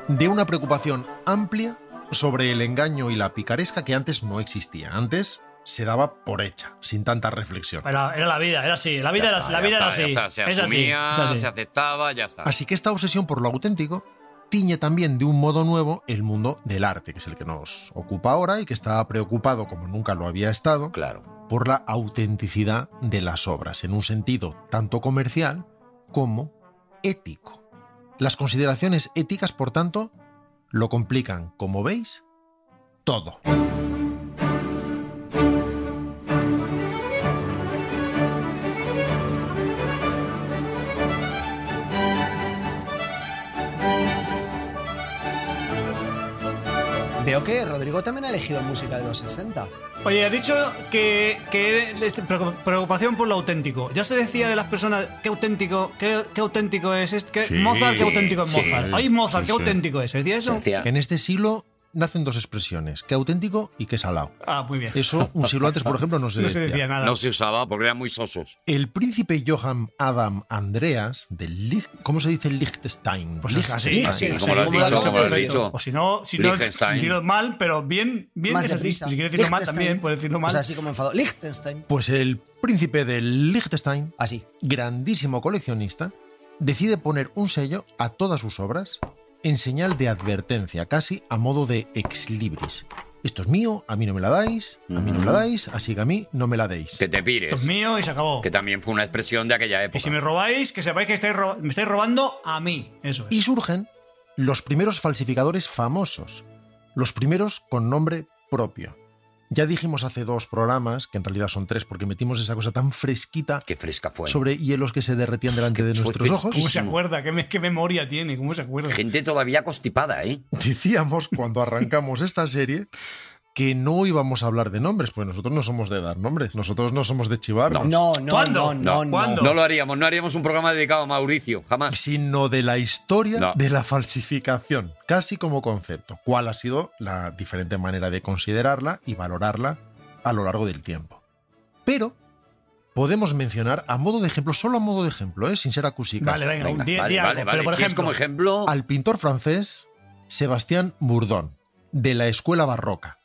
C: de una preocupación amplia sobre el engaño y la picaresca que antes no existía. Antes se daba por hecha, sin tanta reflexión.
E: Era, era la vida, era así. La vida,
D: Ya
E: era,
D: está,
E: la
D: ya
E: vida era
D: está,
E: así.
D: ya está, Se
E: es así.
D: asumía,
E: es así.
D: se aceptaba, ya está.
C: Así que esta obsesión por lo auténtico tiñe también de un modo nuevo el mundo del arte, que es el que nos ocupa ahora y que está preocupado, como nunca lo había estado,
D: Claro.
C: por la autenticidad de las obras, en un sentido tanto comercial como ético. Las consideraciones éticas, por tanto, lo complican, como veis, todo.
B: Veo que Rodrigo también ha elegido música de los 60.
E: Oye, has dicho que, que les- preocu- preocupación por lo auténtico. Ya se decía de las personas qué auténtico, qué, qué auténtico es este, qué-
C: Sí,
E: Mozart, qué auténtico es
D: sí,
E: Mozart. Ay, Mozart,
C: sí,
E: qué
C: sí.
E: auténtico es. ¿Se decía eso?
D: Decía,
C: En este siglo nacen dos expresiones, que auténtico y que salado.
E: Ah, muy bien.
C: Eso un siglo antes, por ejemplo, no se
E: *laughs* no se decía nada.
D: no se usaba porque eran muy sosos.
C: El príncipe Johann Adam Andreas de Lich- ¿Cómo se dice Liechtenstein?
E: Pues es así.
D: Sí,
B: Sí,
D: como lo has
B: como lo
D: dicho,
B: has
D: como lo has
B: dicho.
D: dicho.
E: O si no, si no
D: Liechtenstein.
E: dilo mal, pero bien, bien
B: Más
E: es así.
B: deprisa.
E: Si quieres decirlo mal
B: Liechtenstein.
E: también, puedes decirlo mal.
B: O
D: Pues
B: sea, así como enfado. Liechtenstein.
C: Pues el príncipe de Liechtenstein,
B: Así.
C: grandísimo coleccionista, decide poner un sello a todas sus obras en señal de advertencia, casi a modo de ex libris. esto es mío, a mí no me la dais, a mí no me la dais, así que a mí no me la deis.
D: Que te
E: Esto
D: pires.
E: es mío y se acabó.
D: Que también fue una expresión de aquella
E: Y
D: época.
E: si me robáis, que sepáis que estáis roba- me estáis robando a mí. Eso es.
C: Y surgen los primeros falsificadores famosos, los primeros con nombre propio. Ya dijimos hace dos programas, que en realidad son tres porque metimos esa cosa tan fresquita
D: Qué fresca fue.
C: sobre hielos que se derretían delante de
D: fue
C: nuestros ojos.
E: ¿Cómo se
D: sí.
E: acuerda? ¿Qué, me- qué memoria tiene? ¿Cómo se acuerda?
D: Gente todavía constipada, ¿eh?
C: *laughs* Decíamos cuando arrancamos esta serie que no íbamos a hablar de nombres, porque nosotros no somos de dar nombres, nosotros no somos de chivar,
B: No, no,
E: ¿Cuándo?
B: no, no,
E: No,
B: no.
E: ¿cuándo?
D: No lo haríamos, no haríamos un programa dedicado a Mauricio, jamás.
C: sino de la historia
D: No.
C: de la falsificación, casi como concepto, cuál ha sido la diferente manera de considerarla y valorarla a lo largo del tiempo. Pero podemos mencionar, a modo de ejemplo, solo a modo de ejemplo, ¿eh? sin ser acusicas,
E: Vale, venga, un
D: Venga,
E: día,
D: Ah, vale,
E: día
D: vale,
E: algo.
D: vale.
E: Pero por
D: Si es
E: ejemplo,
D: como ejemplo,
C: al pintor francés Sebastián Bourdon, de la Escuela Barroca,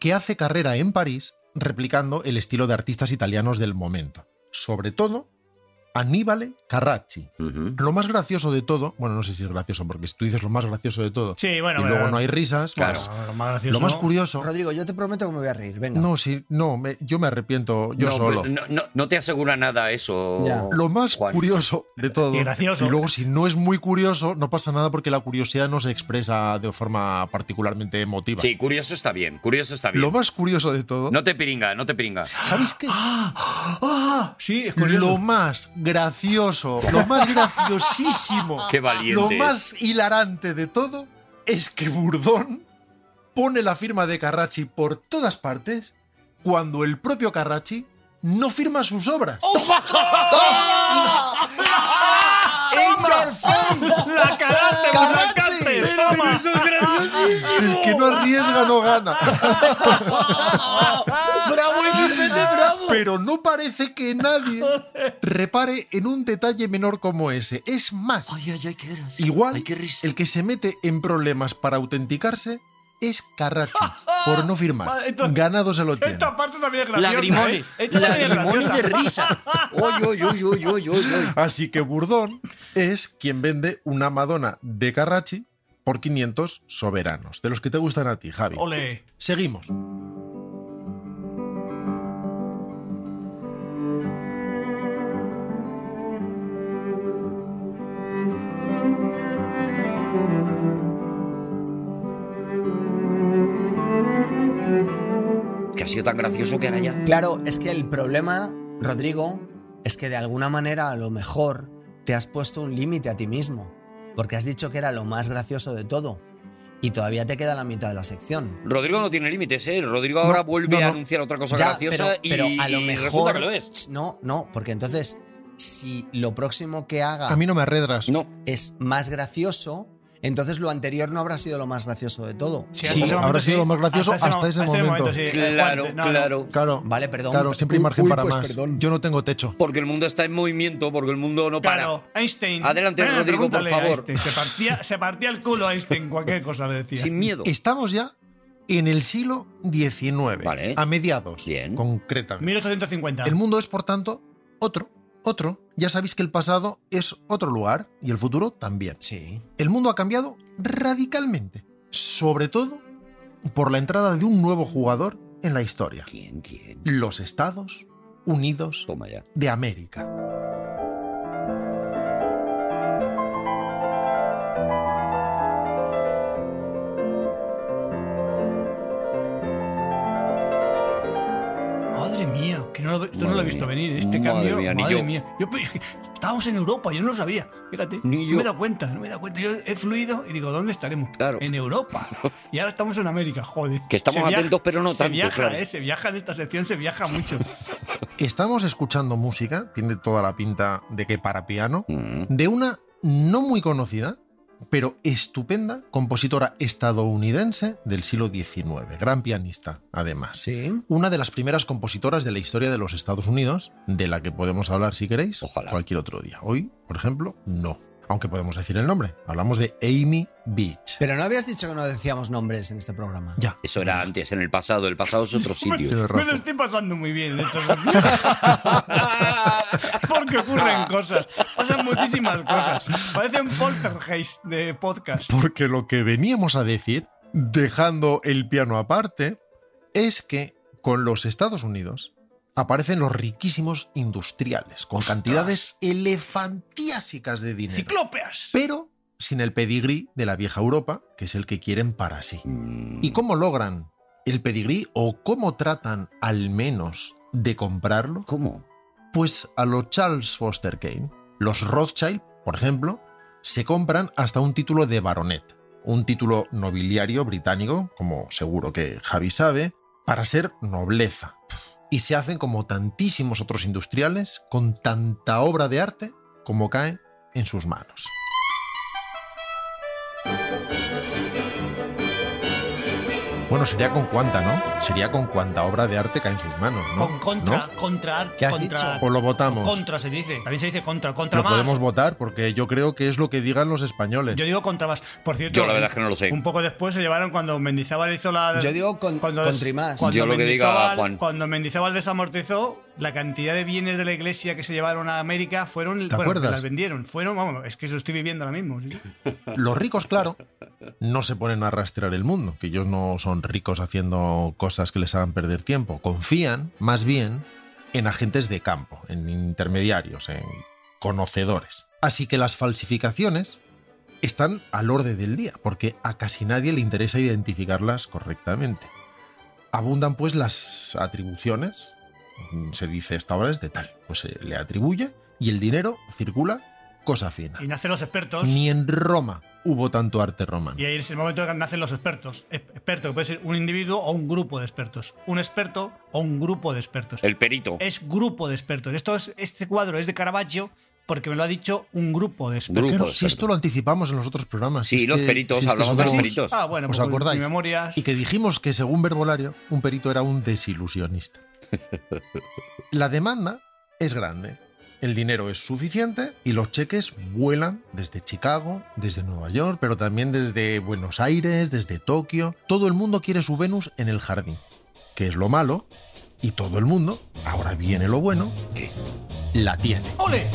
C: que hace carrera en París replicando el estilo de artistas italianos del momento, sobre todo Aníbal Carracci.
D: Ujú.
C: Lo más gracioso de todo, bueno, no sé si es gracioso, porque si tú dices lo más gracioso de todo
E: Sí,
C: y
E: bueno,
C: luego
E: bueno,
C: no hay risas,
D: Claro.
C: pues,
E: bueno, lo más gracioso.
C: lo más curioso.
B: Rodrigo, yo te prometo que me voy a reír, venga.
C: No, sí, no, me- yo me arrepiento yo
D: no,
C: solo.
D: No, no- no te asegura nada eso.
B: Ya.
C: Lo más
D: Juan.
C: curioso de todo.
E: Y gracioso.
C: luego, si no es muy curioso, no pasa nada porque la curiosidad no se expresa de forma particularmente emotiva.
D: Sí, curioso está bien, curioso está bien.
C: Lo más curioso de todo.
D: No te piringa, no te piringa.
C: ¿Sabéis qué?
E: ¡Ah! Sí, es
C: Lo
E: curioso.
C: más gracioso, lo más graciosísimo,
D: *laughs* Qué valiente.
C: lo
D: es.
C: más hilarante de todo es que Burdón pone la firma de Carracci por todas partes cuando el propio Carracci no firma sus obras.
B: ¡In your face!
I: *laughs*
E: ¡La calaste,
B: Carracci.
E: Carracci!
I: Pero, pero eso es
C: El
I: graciosísimo.
C: que no arriesga no gana.
I: *laughs* ¡Bravo, Vicente, bravo!
C: Pero no parece que nadie repare en un detalle menor como ese. Es más,
I: Ay, ay, ay, qué gracia.
C: Igual,
I: Ay, qué risa.
C: el que se mete en problemas para autenticarse es Carrachi, por no
I: *laughs*
C: firmar.
E: Vale, entonces-
C: Ganado se lo tiene.
E: Esta parte también es graciosa.
I: Lagrimones.
E: ¿eh? Esta también es
I: Lagrimones de
E: graciosa.
I: risa. *laughs* Oy, oy, oy, oy, oy, oy, oy.
C: Así que Burdón es quien vende una Madonna de Carrachi por 500 soberanos, de los que te gustan a ti, Javi.
E: Ole.
C: Seguimos.
D: Que ha sido tan gracioso que ahora ya.
B: Claro, es que el problema, Rodrigo, es que de alguna manera a lo mejor te has puesto un límite a ti mismo, porque has dicho que era lo más gracioso de todo, y todavía te queda la mitad de la sección.
D: Rodrigo no tiene límites, ¿eh? Rodrigo ahora vuelve
C: no,
D: a
C: no.
D: anunciar otra cosa
B: Ya,
D: graciosa
B: pero,
D: y,
B: pero a lo
D: y resulta
B: mejor...
D: que lo es.
B: Ch, No, no, porque entonces, si lo próximo que haga
C: A mí no me arredras.
D: No,
B: es más gracioso, entonces lo anterior no habrá sido lo más gracioso de todo.
E: Sí,
C: Sí,
E: ese
C: habrá
E: momento
C: sido lo más gracioso hasta ese momento.
E: sí.
D: claro,
E: Eh, Juan, no, no.
D: claro.
C: Claro.
B: Vale, perdón.
C: Claro, siempre hay
B: Uy,
C: margen
B: uy,
C: para
B: pues
C: más.
B: perdón.
C: Yo no tengo techo.
D: Porque el mundo está en movimiento, porque el mundo no para.
E: Claro, Einstein.
D: Adelante, Rodrigo, por
E: pregúntale a
D: favor.
E: Einstein. Se partía, se partía el culo a Einstein, cualquier cosa le decía.
D: Sin miedo.
C: Estamos ya en el siglo XIX,
D: Vale.
C: a mediados,
D: Bien.
C: concretamente.
E: 1850.
C: El mundo es, por tanto, otro, otro. Ya sabéis que el pasado es otro lugar y el futuro también.
B: Sí.
C: El mundo ha cambiado radicalmente, sobre todo por la entrada de un nuevo jugador en la historia.
D: ¿Quién, quién?
C: Los Estados Unidos
D: Toma ya.
C: de América.
E: Madre mía, que no lo, esto no
D: Madre
E: lo he visto
D: mía.
E: venir. Este
D: Madre
E: cambio,
D: mía, ni
E: madre
D: yo.
E: mía. Yo pe- estábamos en Europa, yo no lo sabía. Fíjate,
D: Ni
E: no
D: yo.
E: me he dado cuenta, no me he dado cuenta. Yo he fluido y digo, ¿dónde estaremos?
D: Claro. *laughs*
E: En Europa. Y ahora estamos en América, joder.
D: Que estamos
E: Se viaja-
D: atentos, pero no
E: se
D: tanto,
E: Viaja,
D: claro.
E: eh, se viaja en esta sección, se viaja
C: *laughs*
E: mucho.
C: Estamos escuchando música, tiene toda la pinta de que para piano,
D: Mm.
C: de una no muy conocida, pero estupenda compositora estadounidense del siglo XIX, gran pianista, además.
B: Sí.
C: una de las primeras compositoras de la historia de los Estados Unidos, de la que podemos hablar si queréis,
D: Ojalá.
C: cualquier otro día. Hoy, por ejemplo, no. Aunque podemos decir el nombre. Hablamos de Amy Beach.
B: Pero no habías dicho que no decíamos nombres en este programa.
C: Ya.
D: Eso era antes, en el pasado. El pasado es otro sitio.
E: *laughs*
C: Tienes
E: Me lo
C: razón.
E: estoy pasando muy bien en estos días. *laughs*
D: *laughs*
E: Porque ocurren cosas. Pasan muchísimas cosas. Parece un poltergeist de podcast.
C: Porque lo que veníamos a decir dejando el piano aparte, es que con los Estados Unidos aparecen los riquísimos industriales, con cantidades elefantiásicas de dinero,
J: ¡Ciclópeas!
C: pero sin el pedigrí de la vieja Europa, que es el que quieren para sí.
D: Mm.
C: ¿Y cómo logran el pedigrí o cómo tratan al menos de comprarlo?
D: ¿Cómo?
C: Pues a los Charles Foster Kane, los Rothschild, por ejemplo, se compran hasta un título de baronet, un título nobiliario británico, como seguro que Javi sabe, para ser nobleza. Y se hacen como tantísimos otros industriales, con tanta obra de arte como cae en sus manos. Bueno, sería con cuánta, ¿no? Sería con cuánta obra de arte cae en sus manos, ¿no?
E: Con contra,
C: ¿No?
E: contra,
B: ¿Qué has
E: contra,
C: ¿O lo votamos?
E: contra se dice. También se dice contra, contra
C: Lo
E: más.
C: podemos votar porque yo creo que es lo que digan los españoles.
E: Yo digo contra más. Por cierto,
D: Yo la verdad es que no lo sé.
E: un poco después se llevaron cuando Mendizábal hizo la.
B: Yo digo con- contra y más.
D: Yo lo que diga,
E: Mendizábal-
D: Juan.
E: Cuando Mendizábal desamortizó, la cantidad de bienes de la iglesia que se llevaron a América fueron. bueno, que
C: acuerdas?
E: las vendieron. Fueron, vamos, es que eso estoy viviendo ahora mismo. sí, sí.
C: Los ricos, claro, no se ponen a rastrear el mundo, que ellos no son ricos haciendo cosas que les hagan perder tiempo. Confían, más bien, en agentes de campo, en intermediarios, en conocedores. Así que las falsificaciones están al orden del día, porque a casi nadie le interesa identificarlas correctamente. Abundan pues las atribuciones, mm, se dice esta hora es de tal, pues se le atribuye y el dinero circula cosa fina.
E: Y nacen los expertos.
C: Ni en Roma hubo tanto arte romano.
E: Y ahí es el momento en que nacen los expertos. Ex- Experto, que puede ser un individuo o un grupo de expertos. Un experto o un grupo de expertos.
D: El perito.
E: Es grupo de expertos. Esto es, este cuadro es de Caravaggio porque me lo ha dicho un grupo de expertos.
D: Grupo
C: Pero
D: de
C: si esto
D: expertos.
C: lo anticipamos en los otros programas.
D: Sí,
C: si es
D: los
C: que-
D: peritos,
C: si es que
D: hablamos de los
C: somos-
D: peritos.
E: Ah, bueno,
C: ¿Os
E: pues
C: acordáis?
E: mi memoria es-
C: Y que dijimos que según Verbolario, un perito era un
D: *laughs*
C: desilusionista. La demanda es grande. El dinero es suficiente y los cheques vuelan desde Chicago, desde Nueva York, pero también desde Buenos Aires, desde Tokio. Todo el mundo quiere su Venus en el jardín, que es lo malo, y todo el mundo, ahora viene lo bueno, que la tiene.
E: ¡Ole!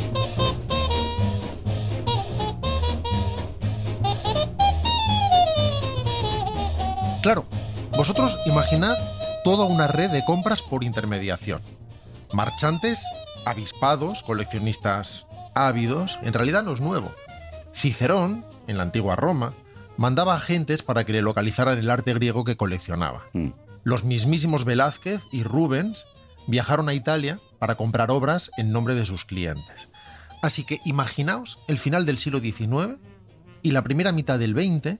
C: Claro, vosotros imaginad toda una red de compras por intermediación. Marchantes avispados, coleccionistas ávidos, en realidad no es nuevo. Cicerón, en la antigua Roma, mandaba agentes para que le localizaran el arte griego que coleccionaba.
D: Mm.
C: Los mismísimos Velázquez y Rubens viajaron a Italia para comprar obras en nombre de sus clientes. Así que imaginaos el final del siglo XIX y la primera mitad del XX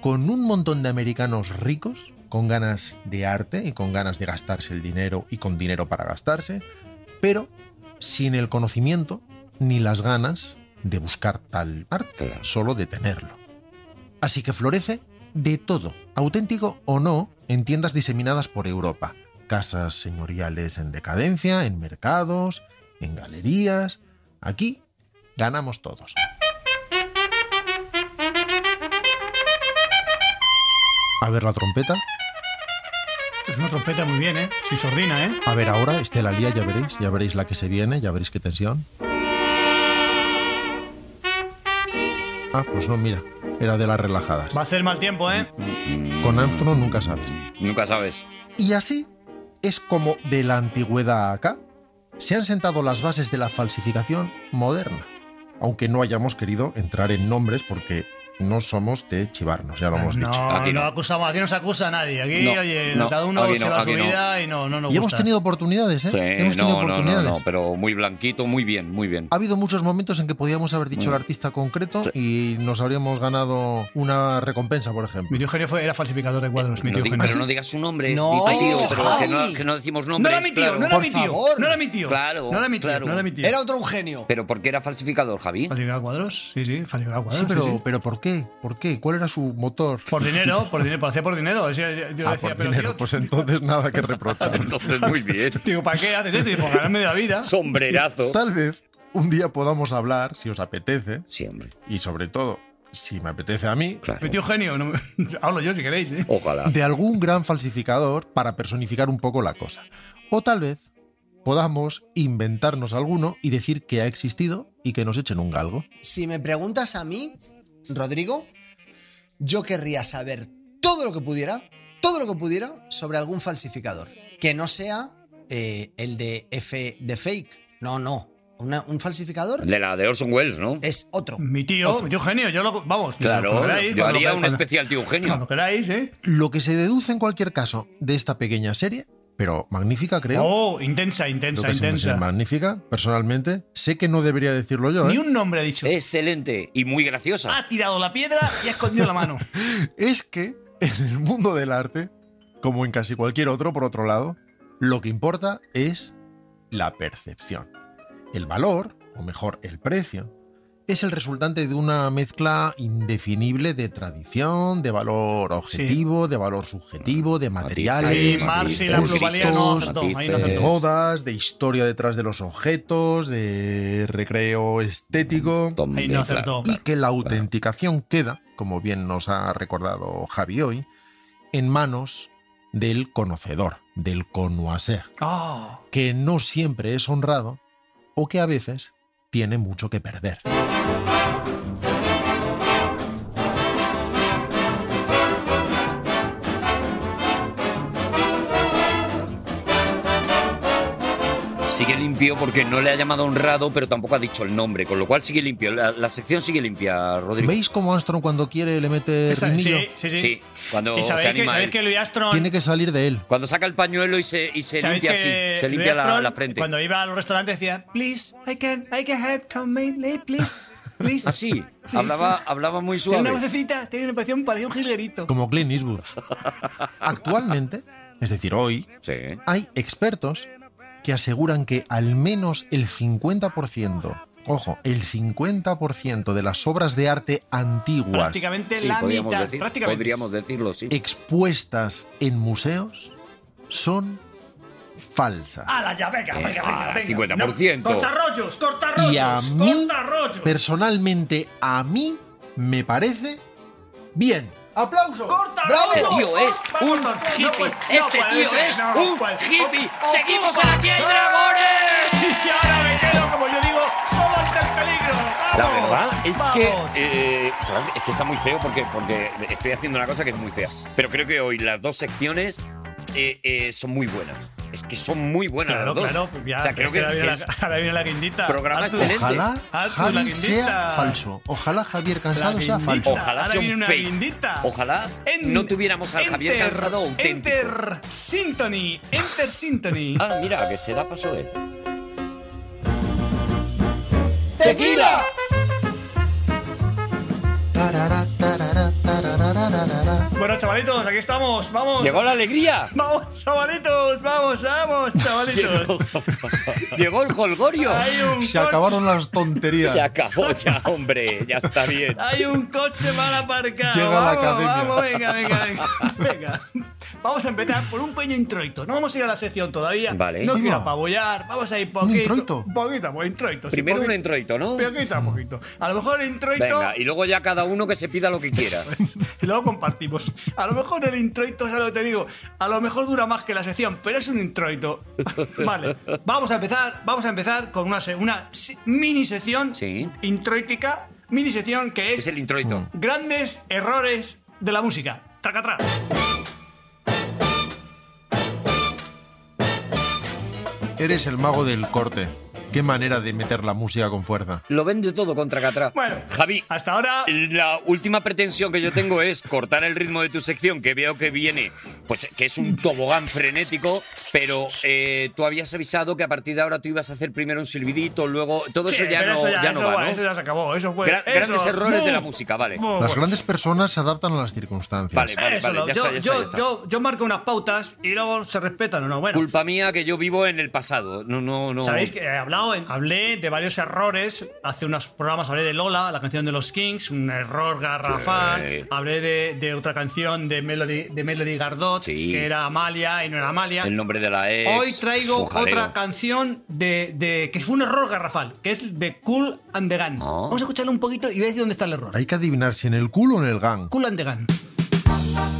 C: con un montón de americanos ricos, con ganas de arte y con ganas de gastarse el dinero y con dinero para gastarse, pero sin el conocimiento ni las ganas de buscar tal arte,
D: Claro.
C: solo de tenerlo. Así que florece de todo, auténtico o no, en tiendas diseminadas por Europa. Casas señoriales en decadencia, en mercados, en galerías. Aquí ganamos todos. A ver la trompeta.
E: Es una trompeta muy bien, ¿eh? Soy sordina, ¿eh?
C: A ver ahora, Estela Lía, ya veréis. Ya veréis la que se viene, ya veréis qué tensión. Ah, pues no, mira. Era de las relajadas.
E: Va a hacer mal tiempo, ¿eh?
C: Con Armstrong nunca sabes.
D: Nunca sabes.
C: Y así es como de la antigüedad a acá se han sentado las bases de la falsificación moderna, aunque no hayamos querido entrar en nombres porque no somos de chivarnos, ya lo hemos
E: Pues no,
C: dicho.
D: Aquí
E: aquí
D: no.
E: no. acusamos, aquí no se acusa a nadie. Aquí,
D: No,
E: oye,
D: no,
E: cada uno
D: aquí
E: se
D: no,
E: va a su
D: aquí no.
E: vida y no, no nos
C: Y hemos
E: gusta.
C: tenido oportunidades, ¿eh?
D: Sí, no,
C: hemos tenido
D: no, no,
C: oportunidades.
D: no, pero muy blanquito, muy bien, muy bien.
E: Ah,
C: Ha habido muchos momentos en que podíamos haber dicho el artista concreto y nos habríamos ganado una recompensa, por ejemplo.
E: Mi tío Eugenio fue- era falsificador de cuadros, mi
D: No
E: tío
D: di-
E: Eugenio.
D: pero no digas su nombre.
B: No,
D: di tu tío, pero que
B: Javi.
D: no, que no decimos
E: No
D: nombres.
E: era mi tío,
D: claro.
E: no era
B: Por
E: mi tío.
B: favor.
E: No era mi tío.
D: Claro,
E: No era mi tío,
D: claro.
E: no era mi tío.
B: Era otro Eugenio.
D: Pero ¿por qué era falsificador, Javi?
E: ¿Falsificado cuadros? Sí, sí, falsificado cuadros.
C: Ah, sí, pero,
E: sí.
C: pero ¿por qué? ¿Por qué? ¿Cuál era su motor?
E: Por dinero, por dinero, por hacer por dinero. Yo
C: Ah,
E: decía,
C: por
E: pero
C: dinero,
E: tío, *laughs*
C: pues entonces nada que
D: *laughs*
C: reprochar.
D: Entonces, muy bien.
E: digo, ¿para qué haces esto? Y por ganarme de
D: *laughs*
E: la vida.
D: Sombrerazo.
C: Tal vez un día podamos hablar, si os apetece,
D: Sí, hombre,
C: y sobre todo, si me apetece a mí,
D: claro.
E: Mi tío Eugenio, no me- *laughs* hablo yo si queréis, ¿eh?
D: Ojalá.
C: de algún gran falsificador para personificar un poco la cosa. O tal vez podamos inventarnos alguno y decir que ha existido y que nos echen un galgo.
B: Si me preguntas a mí, Rodrigo, yo querría saber todo todo lo que pudiera, todo lo que pudiera sobre algún falsificador. Que no sea eh, el de F de fake. No, no. Una- un falsificador
D: De la de Orson Welles, ¿no?
E: Eh,
B: es otro.
E: Mi tío,
C: Oh.
B: Otro.
E: yo genio, yo lo. Vamos, cuando
D: Claro,
E: queráis,
D: yo
E: cuando
D: haría un
E: queráis,
D: especial tío
E: cuando- Cuando
D: Eugenio.
E: queráis, ¿eh?
C: Lo que se deduce en cualquier caso de esta pequeña serie, pero magnífica creo,
E: Oh, intensa,
C: creo
E: intensa,
C: que es una serie
E: intensa.
C: magnífica, personalmente, sé que no debería decirlo yo,
E: Ni
C: ¿eh?
E: un nombre ha dicho.
D: Excelente y muy graciosa.
E: Ha tirado la piedra y ha escondido
C: *laughs*
E: la mano.
C: es que en el mundo del arte, como en casi cualquier otro, por otro lado, lo que importa es la percepción. El valor, o mejor, el precio, es el resultante de una mezcla indefinible de tradición, de valor objetivo, de valor subjetivo, de materiales,
E: Ahí Marx y
C: de
E: la pluralidad no
C: gustos,
E: acertó. Ahí no
C: de
E: acertó.
C: modas, de historia detrás de los objetos, de recreo estético
E: Ahí no acertó.
C: y que la autenticación queda, como bien nos ha recordado Javi hoy, en manos del conocedor, del connoisseur,
E: Ah,
C: que no siempre es honrado o que a veces tiene mucho que perder.
D: Sigue limpio porque no le ha llamado honrado, pero tampoco ha dicho el nombre, con lo cual sigue limpio. La, la sección sigue limpia, Rodrigo.
C: ¿Veis cómo Armstrong cuando quiere le mete
E: esa- sí,
C: ritmillo?
E: sí, sí.
D: Sí, cuando
E: Y
D: se
E: sabéis que,
D: anima
E: sabéis
D: él.
E: que Louis Armstrong.
C: Tiene que salir de él.
D: Cuando saca el pañuelo y se, y se
E: ¿sabéis
D: limpia así,
E: que
D: se
E: Louis
D: limpia la,
E: Armstrong,
D: la frente.
E: Cuando iba a los restaurantes decía, please, I can, I can have come in late, please, please.
D: Así, Ah, hablaba, hablaba muy
E: Tiene
D: suave.
E: una vocecita, tiene una impresión, parecía un jilguerito.
C: Como Clint
E: *laughs*
C: Eastwood. Actualmente, es decir, hoy,
D: Sí.
C: hay expertos que aseguran que al menos el 50%, ojo, el 50% de las obras de arte antiguas
E: Prácticamente
D: Sí,
E: la
D: podríamos,
E: mitad.
D: decir-
E: prácticamente.
D: podríamos decirlo, sí.
C: expuestas en museos son falsas.
E: ¡Hala ya, venga, venga, venga!
D: Eh, ala,
E: venga.
D: 50%.
E: corta rollos, corta rollos,
C: Y a mí,
E: corta rollos.
C: personalmente, a mí me parece bien. ¡Aplauso!
E: ¡Corta
B: ¡Bravo!
D: Este
E: rollos!
D: tío es
E: Vamos,
D: un
E: vamos, no
D: hippie.
E: puede- no
D: Este
E: puede
D: tío
E: ser,
D: es
E: no, no
D: un
E: puede-
D: hippie.
E: ¡Oh, oh,
D: Seguimos
E: oh,
D: en aquí hay
E: oh!
D: dragones.
E: Y ahora me quedo, como yo digo, solo ante el peligro.
D: La
E: ¡Vamos!
D: verdad es que,
E: ¡Vamos!
D: eh, claro, es que está muy feo porque, porque estoy haciendo una cosa que es muy fea. Pero creo que hoy las dos secciones eh, eh, son muy buenas. Es que son muy buenas las
E: Claro,
D: dos.
E: claro, pues ya.
D: o sea, creo
E: es
D: que,
E: ahora viene
D: que
E: la-
D: es
E: ahora viene la *laughs* guindita.
D: programa
E: Artur,
D: excelente.
C: Ojalá
E: Artur, la
C: Javi
E: guindita.
C: sea falso. Ojalá Javier Cansado
E: La
C: sea falso.
E: guindita.
D: Ojalá
E: Ahora
D: sea
E: viene
D: un
E: una
D: fake.
E: guindita.
D: Ojalá
E: En-
D: no tuviéramos al Javier
E: Enter,
D: Cansado auténtico.
E: Enter Symphony, Enter Symphony.
D: Ah, mira, que se da paso él.
B: ¡Tequila!
C: Tarara, tarara, tarara, tarara.
E: Bueno, chavalitos, aquí estamos, vamos.
D: Llegó la alegría.
E: Vamos, chavalitos, vamos, vamos, chavalitos.
D: Llegó el holgorio.
E: Hay un
C: Se
E: coche-
C: acabaron las tonterías.
D: Se acabó ya, hombre. Ya está bien.
E: Hay un coche mal aparcado.
C: Llega la
E: vamos,
C: academia.
E: Vamos, venga, venga, venga, venga. Vamos a empezar por un pequeño introito. No vamos a ir a la sección todavía.
D: Vale.
E: No
C: Ahí
E: quiero
C: va.
E: apabullar. Vamos a ir poquito.
C: introito?
E: Poquito, pues, introito. sí,
D: Primero un
E: poquito.
D: introito, ¿no?
E: Poquito a poquito. A lo mejor el introito.
D: Venga, y luego ya cada uno que se pida lo que quiera.
E: y Pues, *laughs* luego compartimos. A lo mejor el introito, es lo que te digo? A lo mejor dura más que la sección, pero es un introito. *laughs* vale, vamos a empezar, vamos a empezar con una, se- una se- mini sección
D: Sí.
E: introitica, mini sección que es,
D: Es el introito.
E: grandes errores de la música. Tracatrá.
C: Eres el mago del corte. Qué manera de meter la música con fuerza.
D: Lo vende todo contra Catra.
E: Bueno,
D: Javi,
E: Hasta ahora
D: la última pretensión que yo tengo es cortar el ritmo de tu sección, que veo que viene, pues que es un tobogán frenético, pero eh, tú habías avisado que a partir de ahora tú ibas a hacer primero un silbidito, luego todo eso
E: Sí,
D: ya
E: pero
D: no, ya, no
E: eso
D: va, ¿no?
E: Eso ya se acabó, eso fue.
D: Gra-
E: eso.
D: grandes errores de la
E: Mm.
D: música, vale.
E: Muy
C: Las
E: bueno.
C: grandes personas se adaptan a las circunstancias.
D: Vale, vale,
E: Eso
D: vale,
E: lo-
D: ya
E: yo,
D: está, ya está,
E: yo-
D: ya está.
E: yo- yo marco unas pautas y luego se respetan o no. Bueno,
D: Culpa mía que yo vivo en el pasado. No, no, no.
E: Sabéis que he hablado, en- hablé de varios errores. Hace unos programas hablé de Lola, la canción de los Kings, un error garrafal.
D: Sí.
E: Hablé de, de otra canción de Melody, de Melody Gardot,
D: Sí.
E: que era Amalia y no era Amalia.
D: El nombre de la ex.
E: Hoy traigo
D: un jaleo.
E: otra canción de, de- que fue un error garrafal, que es de Cool and the Gun.
D: Ah.
E: Vamos a escucharlo un poquito y veis dónde está el error.
C: Hay que adivinar si en el culo o en el gang.
E: Cool and the Gun.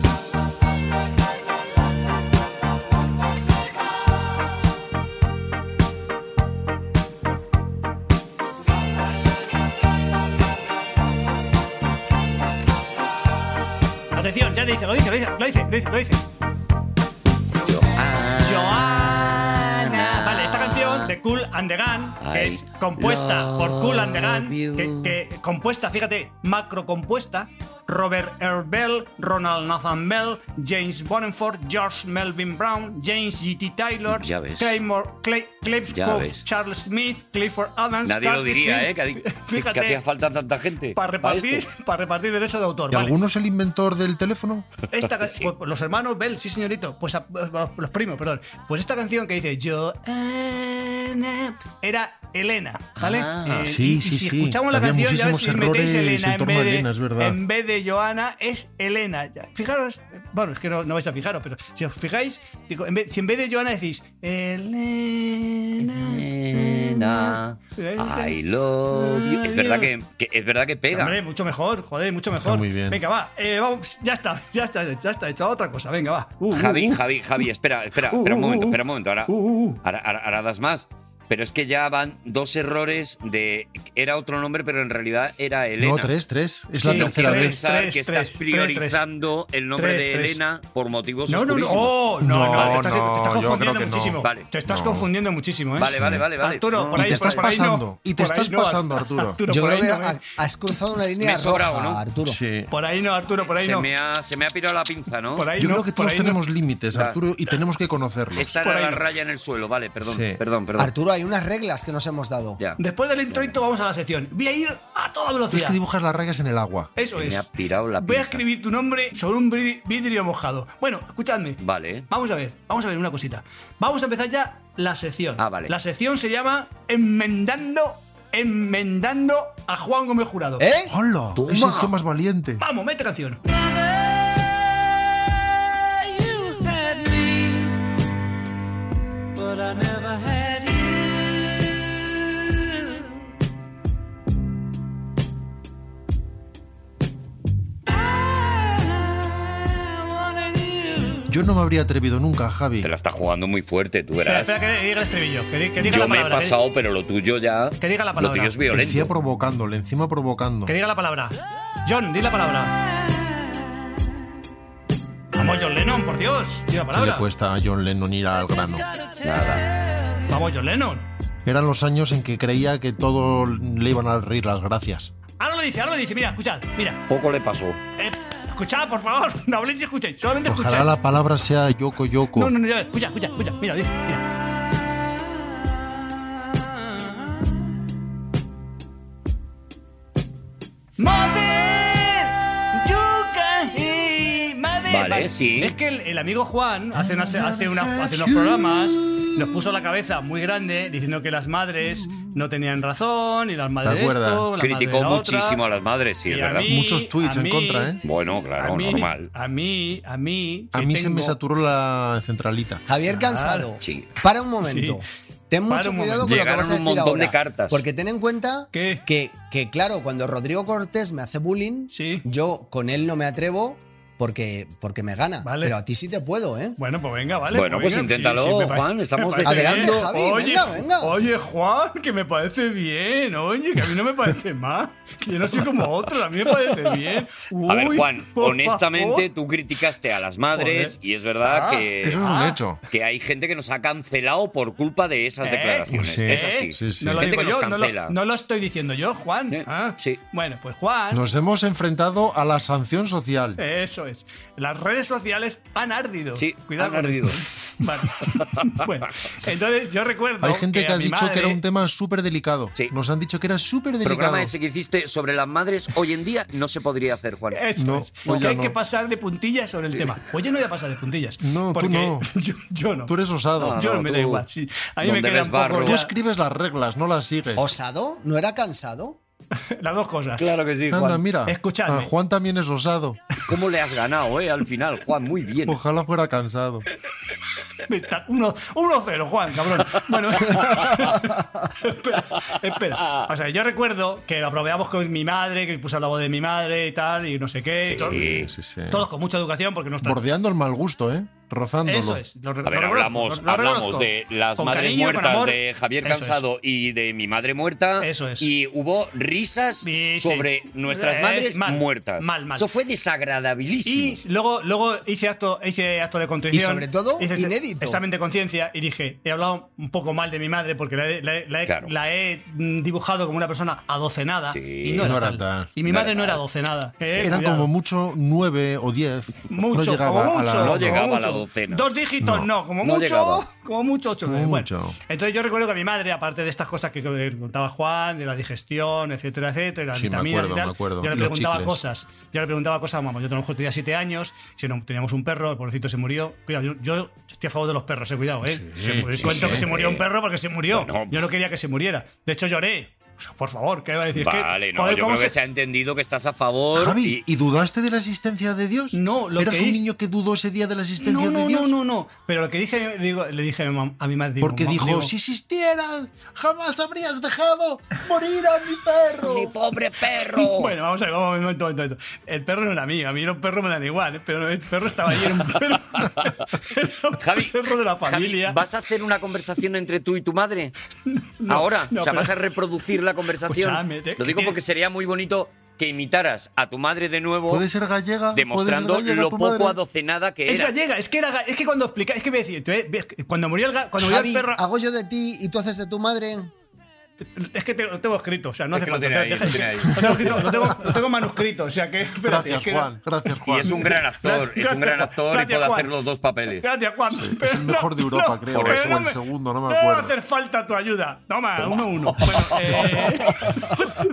E: Atención, ya lo dice, lo dice, lo dice, lo dice, lo dice, lo dice. Joana. Vale, esta canción de Cool and the Gun, que
D: I
E: es compuesta por Cool and the
D: love
E: Gun, que, que Eh, compuesta, fíjate, macro compuesta, Robert Earl Bell, Ronald Nathan Bell, James Bonenford, George Melvin Brown, James G.T. Taylor,
D: Ya ves.
E: Claymore, Clay,
D: Ya
E: Klebskov,
D: ves.
E: Charles Smith, Clifford Adams.
D: Nadie lo
E: Curtis
D: diría,
E: Lee.
D: ¿eh? Que, que
E: Fíjate,
D: hacía falta tanta gente.
E: para
D: pa' esto.
E: repartir, para repartir derecho de autor.
C: ¿Y
E: vale.
C: alguno es el inventor del teléfono?
E: Esta ca-
D: Sí.
E: pues, los hermanos Bell, sí señorito, pues a- los, los primos, perdón. Pues esta canción que dice Joana era Elena, ¿vale? Eh,
B: Ah.
C: Sí,
E: y- y
C: sí,
E: si
C: sí.
E: escuchamos la
C: Había
E: canción ya ves si
C: muchísimos
E: metéis
C: errores
E: Elena
C: en
E: en,
C: torno
E: vez
C: a
E: de
C: Elena, es verdad.
E: en vez de Joana es Elena. Ya, Fijaros, bueno, es que no, no vais a fijaros, pero si os fijáis, digo, en vez- si en vez de Joana decís Elena,
D: Elena, I love you. Es verdad que, que- es verdad que
E: Hombre,
D: pega.
E: mucho mejor, joder, mucho mejor.
C: Está muy bien.
E: Venga, va, eh, vamos, ya está, ya está, ya está hecho otra cosa, venga, va. Uh, uh,
D: Javi,
E: uh.
D: Javi, Javi, espera, espera,
E: Uh,
D: espera un
E: uh,
D: momento,
E: uh.
D: espera un momento. Ahora,
E: Uh, uh, uh.
D: ahora, ahora- ahora das más. Pero es que ya van dos errores de. Era otro nombre, pero en realidad era Elena.
C: No, tres, tres. Es
E: Sí,
C: la
D: Quiero
C: tercera
E: tres.
C: vez.
D: pensar que
E: tres,
D: estás
E: tres, tres,
D: priorizando el nombre
E: Tres,
D: de
E: tres.
D: Elena por motivos
E: No, no, no,
D: oscurísimos.
E: oh, no, no,
C: No,
E: te estás, te
C: no,
E: estás
C: yo creo
E: confundiendo
C: que no.
E: muchísimo.
D: Vale.
E: te estás
C: No.
E: confundiendo muchísimo, ¿eh?
D: Vale, vale, vale, vale.
E: Arturo, por
C: Y
E: ahí
C: te
E: por-
C: estás
E: por ahí no,
C: pasando, y te
E: por ahí
C: estás
E: no,
C: pasando, Arturo.
B: Yo
E: por
B: creo
E: ahí
B: que
E: no, ¿eh?
B: ha- has cruzado una
D: Me
B: línea
D: he sobrado,
B: roja,
D: ¿no?
B: Arturo.
C: Sí.
E: Por ahí no, Arturo, por ahí
D: se,
E: no.
D: me ha, se me ha pirado la pinza, ¿no?
E: Por ahí
C: ah, Yo
E: no,
C: creo que
E: por
C: todos
E: ahí no.
C: tenemos límites,
D: Claro.
C: Arturo, y tenemos que conocerlos.
D: Esta
E: por
D: era
E: ahí
D: la
E: no.
D: raya en el suelo, vale, perdón,
C: Sí.
D: perdón, perdón.
B: Arturo, hay unas reglas que nos hemos dado.
D: Ya.
E: Después del introito vamos a la sección. Voy a ir a toda
C: Tienes
E: velocidad.
C: que dibujar las rayas en el agua.
E: Eso
D: Se
E: es.
D: me ha pirado la
E: Voy a
D: pinza.
E: escribir tu nombre sobre un bri- vidrio mojado. Bueno, escuchadme.
D: Vale.
E: Vamos a ver, vamos a ver una cosita. Vamos a empezar ya la sección.
D: Ah, vale.
E: La sección se llama Enmendando, Enmendando a Juan Gómez Jurado.
B: ¿Eh?
C: ¡Hola! ¡Qué
B: Toma.
C: sección más valiente!
E: Vamos, mete canción.
C: Yo no me habría atrevido nunca, Javi.
D: Te la está jugando muy fuerte, tú
E: Espera,
D: verás.
E: espera que diga el estribillo. Que, di- que diga
D: Yo
E: la
D: me he
E: palabra. ¿eh? que di-
D: pasado, pero lo tuyo ya.
E: Que diga la
D: Lo
E: palabra.
D: tuyo es
C: Encima
D: violento.
C: provocándole, encima provocando.
E: Que diga la palabra. John, di la palabra. Vamos, John Lennon, por Dios. Di la
C: ¿Qué le
E: palabra.
C: cuesta a John Lennon ir al grano?
D: Nada.
E: Vamos, John Lennon.
C: Eran los años en que creía que todo le iban a reír las gracias.
E: Ahora lo dice, ahora lo dice. Mira, escuchad, mira.
D: Poco le pasó.
E: Eh, escuchad, por favor. *laughs* No habléis y escuchéis. Solamente
C: Ojalá
E: escuchad.
C: la palabra sea Yoko Yoko.
E: No, no, no, ya ves. Escucha, escucha, escucha. Mira, dice, mira. Mother, you can hear- Mother.
D: Vale, sí.
E: Es que el, el amigo Juan hace, unas- hace, una- hace unos programas nos puso la cabeza muy grande diciendo que las madres no tenían razón y las madres
C: acuerdas?
E: esto, la
D: Criticó
E: madre la otra.
D: muchísimo a las madres, sí,
E: Y
D: es
E: a
D: verdad.
E: mí,
C: Muchos tweets
E: a
C: en
E: mí,
C: contra, ¿eh?
D: Bueno, claro,
E: a mí,
D: normal.
E: A mí, a mí.
C: A
E: que
C: mí se me
E: tengo-
C: saturó la centralita.
B: Javier Cansado,
D: sí.
B: para un momento. Ten
E: Para
B: mucho
E: un momento.
B: cuidado con lo que
D: Llegaron
B: vas a
D: un
B: decir
D: montón
B: ahora,
D: de cartas.
B: Porque ten en cuenta
E: ¿Qué?
B: Que, que, claro, cuando Rodrigo Cortés me hace bullying,
E: Sí.
B: yo con él no me atrevo porque, porque me gana.
E: Vale.
B: Pero a ti sí te puedo, ¿eh?
E: Bueno, pues venga, vale.
D: Bueno, pues
E: venga,
D: inténtalo,
E: me parece-
D: Juan,
E: me
D: estamos
E: parece
B: Adelante,
E: bien.
B: Javi,
E: Oye,
B: venga, venga.
E: Oye, Juan, que me parece bien. Oye, que a mí no me parece mal. Que yo no soy como otros, a mí me parece bien.
D: A ver,
E: Uy,
D: Juan,
E: por
D: honestamente
E: favor.
D: tú criticaste a las madres
E: Joder.
D: y es verdad
E: Ah,
D: que,
C: Eso es un hecho.
D: que hay gente que nos ha cancelado por culpa de esas
E: ¿Eh?
D: declaraciones.
C: Sí.
D: Es así.
E: ¿Eh?
C: Sí, sí.
E: No lo
D: Gente
E: digo
D: que nos
E: yo, no
D: cancela.
E: lo, no lo estoy diciendo yo, Juan.
D: Eh,
E: Ah,
D: sí.
E: Bueno, pues Juan,
C: Nos hemos enfrentado a la sanción social.
E: eso es. Las redes sociales han ardido.
D: Sí,
E: Cuidado
D: han
E: con
D: ardido.
E: esto. *laughs* Vale. bueno, entonces yo recuerdo.
C: Hay gente que,
E: a
C: ha
E: mi
C: dicho que era
E: madre-
C: un tema súper delicado.
D: Sí.
C: Nos han dicho que era súper delicado.
D: programa ese que hiciste sobre las madres hoy en día no se podría hacer, Juan.
E: Eso
C: No,
E: es.
C: hoy
E: Que
C: ya
E: hay
C: no. Eh.
E: que pasar de puntillas sobre el tema. Oye, no voy a pasar de puntillas.
C: No, tú
E: porque
C: no.
E: *laughs* Yo, yo no.
C: Tú eres osado.
D: Ah,
E: yo
D: no,
E: me
D: tú.
E: da igual. sí. A mí me
D: Donde
E: queda
D: ves
E: un poco
D: barro.
C: Tú
E: ya-
C: escribes las reglas, no las sigues.
B: ¿Osado? ¿No era cansado?
E: las dos cosas.
D: Claro que sí, Juan.
C: Anda, mira.
E: escuchadme.
C: A Juan también es osado.
D: ¿Cómo le has ganado, eh? Al final, Juan, muy bien.
C: Ojalá fuera cansado.
E: Me *laughs* está- uno- 1-0, Juan,
D: *laughs*
E: cabrón. Bueno, *laughs* espera, espera. O sea, yo recuerdo que aproveamos con mi madre, que puso la voz de mi madre y tal, y no sé qué. y
D: Sí,
E: todo-
D: sí.
C: Sí, sí.
E: Todos con mucha educación, porque no está
C: Bordeando el mal gusto, ¿eh? rozándolo.
E: Eso es. Lo, re-
D: A ver,
E: lo reconozco,
D: hablamos,
E: lo- lo
D: hablamos
E: reconozco.
D: de las
E: Con
D: madres
E: cariño, con
D: muertas
E: amor.
D: de Javier
E: Eso es.
D: Cansado y de mi madre muerta.
E: Eso es.
D: Y hubo risas
E: Sí, sí.
D: sobre nuestras
E: Eh,
D: madres
E: mal,
D: muertas.
E: mal, mal.
D: Eso fue desagradabilísimo.
E: Y luego, luego hice acto, hice acto de contrición.
B: Y sobre todo,
E: hice
B: inédito.
E: Examen de conciencia y dije, he hablado un poco mal de mi madre porque la he, la he- la he-
D: Claro.
E: la he, mm, dibujado como una persona adocenada.
D: Sí.
E: y no era,
C: No era
E: tal.
C: tal.
E: Y mi
D: No
E: madre
D: era
E: no era
D: tal.
E: adocenada. Eh,
C: Eran
E: cuidado.
C: como mucho nueve o diez.
E: mucho,
C: no llegaba
E: como
C: a
E: mucho.
C: la-
D: No llegaba a la
E: mucho.
D: docena.
E: Dos dígitos, no,
C: No.
E: como
D: No
E: mucho,
D: llegaba.
E: como mucho ocho.
C: Como
E: bueno,
C: mucho.
E: entonces yo recuerdo que mi madre, aparte de estas cosas que contaba Juan, de la digestión, etcétera, etcétera, y las
C: Sí, me
E: vitaminas
C: acuerdo,
E: y tal,
C: me acuerdo.
E: yo le
C: Y los
E: preguntaba
C: chicles.
E: cosas. Yo le preguntaba cosas, vamos, yo a lo mejor tenía siete años, si no, teníamos un perro, el pobrecito se murió. Cuidado, yo, yo estoy a favor de los perros, eh, cuidado, eh. Se murió-
C: sí,
E: cuento
C: sí,
E: que se murió un
D: hombre.
E: perro porque se murió.
D: Bueno.
E: yo no quería que se muriera. De hecho, lloré. Por favor, ¿qué va a decir? Es que,
D: Vale, no,
E: joder,
D: yo
E: ¿cómo
D: creo que
E: se-
D: se ha entendido que estás a favor.
C: Javi,
D: y-
C: ¿y dudaste de la existencia de Dios?
E: No, lo
C: ¿Eras
E: que
C: un
E: hice-
C: niño que dudó ese día de la existencia
E: No,
C: de
E: no,
C: Dios?
E: no, no, no. Pero lo que dije, digo, le dije a mi, mam- a mi madre. digo,
C: Porque
E: "Mam,
C: dijo,
E: digo,
C: si existieras, jamás habrías dejado morir a mi perro.
D: ¡Mi pobre perro!
E: *laughs* Bueno, vamos a ver, vamos a ver, un momento, un momento, un momento. El perro no era mío, a mí los perros me dan igual, ¿eh? pero el perro estaba ahí, era un
C: *laughs*
E: perro, era un
D: Javi,
E: perro de la
D: Javi,
E: familia.
D: ¿vas a hacer una conversación entre tú y tu madre? Ahora,
E: *laughs* no,
D: o sea,
E: pero-
D: vas a reproducir la conversación.
E: Escúchame, te-
D: Lo digo porque sería muy bonito que imitaras a tu madre de nuevo,
C: Puede ser gallega. puede ser
D: demostrando
C: gallega
D: lo
C: tu
D: poco
C: madre.
D: adocenada que
E: es
D: era.
E: gallega, es que era, ga- es que cuando explica, es que me decía, te- ves que cuando murió el, ga- cuando murió el
B: Javi,
E: perro,
B: hago yo de ti y tú haces de tu madre.
E: es que te, lo tengo escrito, o sea, no
D: Es
E: hace
D: que lo
E: falta.
D: tiene ahí,
E: deja-
D: lo tiene ahí.
E: lo tengo escrito, lo tengo, lo tengo manuscrito, o sea que. espérate,
C: Gracias,
E: es que-
C: Juan. Gracias,
D: Y
C: Juan.
D: es un gran actor, es un gran
E: Gracias,
D: actor y
E: gracias,
D: puede
E: Juan.
D: hacer los dos papeles.
E: Gracias, Juan.
C: Es el
E: Pero
C: mejor de Europa, creo, ¿eh?
D: por
E: pero
D: eso,
C: el segundo, no me
E: No va a
C: acuerdo.
E: hacer falta tu ayuda. Toma,
C: *laughs*
E: uno uno. Bueno, eh,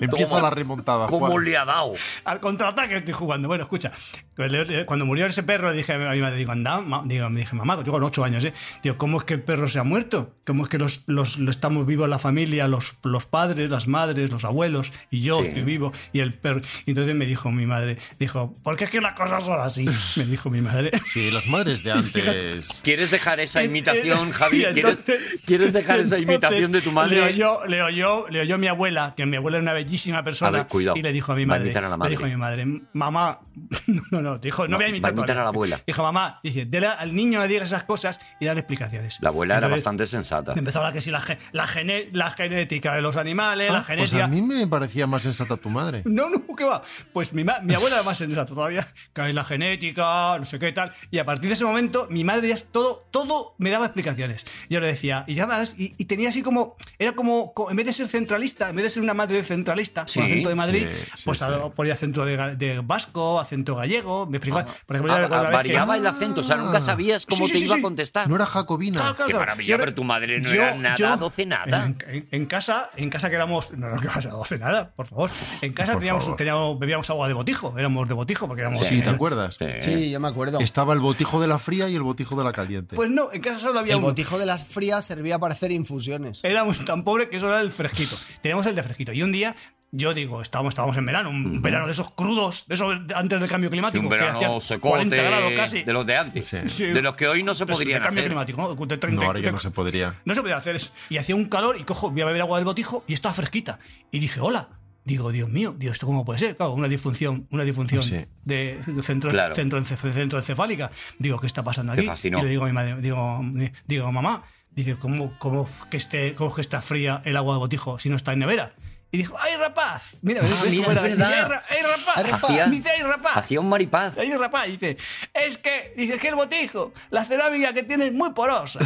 C: Empieza
D: Toma.
C: la remontada, Juan.
D: ¿Cómo le ha dado?
E: al contraataque estoy jugando. Bueno, escucha. pues le- le- Cuando murió ese perro, le dije a mi madre, digo, anda, ma- digo, me dije, mamá, yo con ocho años, ¿eh? Digo, ¿cómo es que el perro se ha muerto? ¿Cómo es que los, los, lo estamos vivos la familia, los, los padres, las madres, los abuelos y yo
D: Sí.
E: estoy vivo y el perro? Y entonces me dijo mi madre, dijo, ¿por qué es que las cosas son así? Me dijo mi madre.
C: Sí, las madres de antes.
D: ¿Quieres dejar esa
E: Eh,
D: imitación,
E: eh,
D: Javi?
E: *laughs* y
D: ¿Quieres,
E: entonces-
D: quieres dejar esa
E: entonces
D: imitación de tu madre?
E: Le oyó, le, oyó, le oyó mi abuela, que mi abuela era una bellísima persona.
D: A ver, cuidado.
E: Y le dijo a
D: Va
E: mi
D: a
E: madre.
D: imitar a la madre.
E: Le dijo a mi madre, mamá. *laughs* No, no, no. Dijo,
D: No,
E: no, voy
D: va
E: a
D: a
E: imitar,
D: imitar
E: todavía".
D: a la abuela.
E: Dijo, mamá, dice, "Dele al niño no digas esas cosas y dale explicaciones.
D: La abuela era
E: Entonces,
D: bastante sensata.
E: me empezó a hablar que sí, la, ge- la, gene- la genética de los animales, la
C: Ah, pues
E: genética.
C: a mí me parecía más sensata tu madre.
E: *laughs* No, no, ¿qué va? Pues mi, ma- mi abuela era más sensata todavía, que hay la genética, no sé qué tal. Y a partir de ese momento, mi madre ya todo, todo me daba explicaciones. Yo le decía, y ya más, y, y tenía así como, era como, co- en vez de ser centralista, en vez de ser una madre centralista,
D: Sí,
E: con acento de Madrid,
C: sí, sí,
E: pues
C: sí.
E: a- ponía acento de, ga- de vasco, acento gallego, me explicaba, por ejemplo,
D: Ah,
E: yo recuerdo
D: ah,
E: una vez que- Ah.
D: variaba el acento, o sea, nunca sabías cómo
E: Sí, sí,
D: te
E: sí,
D: iba a
E: sí.
D: contestar.
C: No era jacobina.
E: Claro, claro,
D: Qué
E: claro.
D: maravilla,
E: Yo-
D: pero tu madre no era nada adocenada.
E: En, en- en casa, en casa que éramos. No, no, que vas a adocenada, por favor. En casa
C: Por
E: teníamos,
C: favor.
E: teníamos- bebíamos agua de botijo, éramos de botijo porque éramos.
C: Sí, ¿te
E: eh,
C: acuerdas?
B: Sí, yo me acuerdo.
C: Estaba el botijo de la fría y el botijo de la caliente.
E: Pues no, en casa solo había
B: El
E: uno.
B: botijo de las frías servía para hacer infusiones.
E: Éramos tan pobres que solo era el fresquito. Teníamos el de fresquito. Y un día. Yo digo, estábamos, estábamos en verano, un verano de esos crudos, de esos de- antes del cambio
D: Sí,
E: climático,
D: un
E: que
D: verano
E: hacían
D: secote
E: 40 grados casi.
D: de los de antes.
C: Sí.
E: Sí.
D: De los que hoy no se
E: Eso, de
D: podrían
E: cambio
D: hacer.
E: climático, ¿no? De 30,
C: no, ahora ya
E: *laughs* de-
C: no se podría.
E: No se podía hacer eso. Y hacía un calor y cojo, voy a beber agua del botijo y estaba fresquita. Y dije, hola. Digo, Dios mío, digo, ¿esto cómo puede ser? Claro, una disfunción, una disfunción
C: Sí.
E: de centro,
D: Claro.
E: centro, centroencefálica. Digo, ¿qué está pasando
D: Te
E: aquí?
D: fascinó.
E: Y le digo a mi madre, digo, digo mamá, dice, ¿cómo, cómo, que esté, ¿cómo que está fría el agua de botijo si no está en nevera? Y dijo, ¡ay, rapaz! Mira, ves, ves
D: Ah, mira,
E: cómo era.
D: es verdad.
E: Dice, "Ay, ra- ¡Ay, rapaz!
B: Ay, rapaz. Hacía-
E: Dice, ¡ay, rapaz!
D: Hacía un maripaz.
E: Ahí rapaz dice, es que, dice, "es que el botijo, la cerámica que tiene es muy porosa.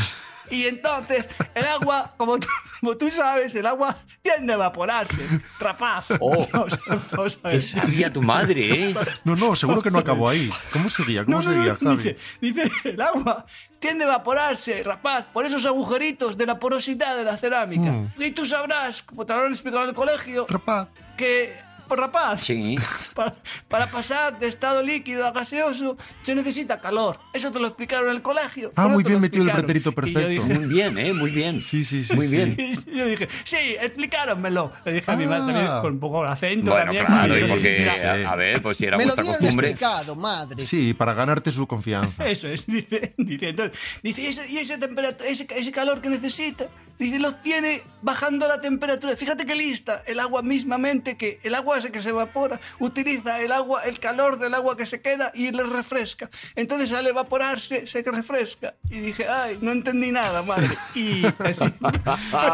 E: Y entonces el agua, como tú, como tú sabes, el agua tiende a evaporarse, rapaz.
D: Oh.
E: *laughs* Vamos a- vamos a ver.
D: Qué sabía tu
E: *laughs*
D: madre, ¿eh?
C: No, no, seguro que no acabó ahí. ¿Cómo seguía? ¿Cómo
E: No, no, no,
C: seguía, Javi?
E: dice, dice, el agua tiende a evaporarse, rapaz, por esos agujeritos de la porosidad de la cerámica.
C: Hmm.
E: Y tú sabrás, como te lo han explicado en el colegio,
C: Rapaz,
E: que, pues, rapaz,
D: Sí.
E: *laughs* Para, para pasar de estado líquido a gaseoso se necesita calor. Eso te lo explicaron en el colegio.
C: Ah,
E: Eso
C: muy
E: te lo
C: bien metido el
E: explicaron.
C: pretérito
E: Y yo
C: perfecto.
E: dije, *laughs*
D: Muy bien, ¿eh? Muy bien.
C: Sí, sí, sí,
D: Muy
C: sí.
D: bien.
E: y yo dije, sí, explícaronmelo. Le dije a mi
C: Ah.
E: madre también, con un poco de acento
D: Bueno,
E: también.
D: claro,
C: sí,
D: y
E: no sé
D: porque,
E: si era-
C: sí.
D: a, a ver, pues si era
B: me lo
D: vuestra
B: dieron
D: costumbre.
B: explicado, madre. *laughs*
C: sí, para ganarte su *laughs* confianza.
E: *laughs* Eso es, dice, dice, entonces, dice, y ese, y ese, temperat- ese, ese calor que necesita Dice, los tiene bajando la temperatura. Fíjate qué lista. El agua mismamente, que el agua que se evapora, utiliza el agua, el calor del agua que se queda y le refresca. Entonces al evaporarse se refresca. Y dije, ay, no entendí nada, madre. Y
C: *laughs*
E: así.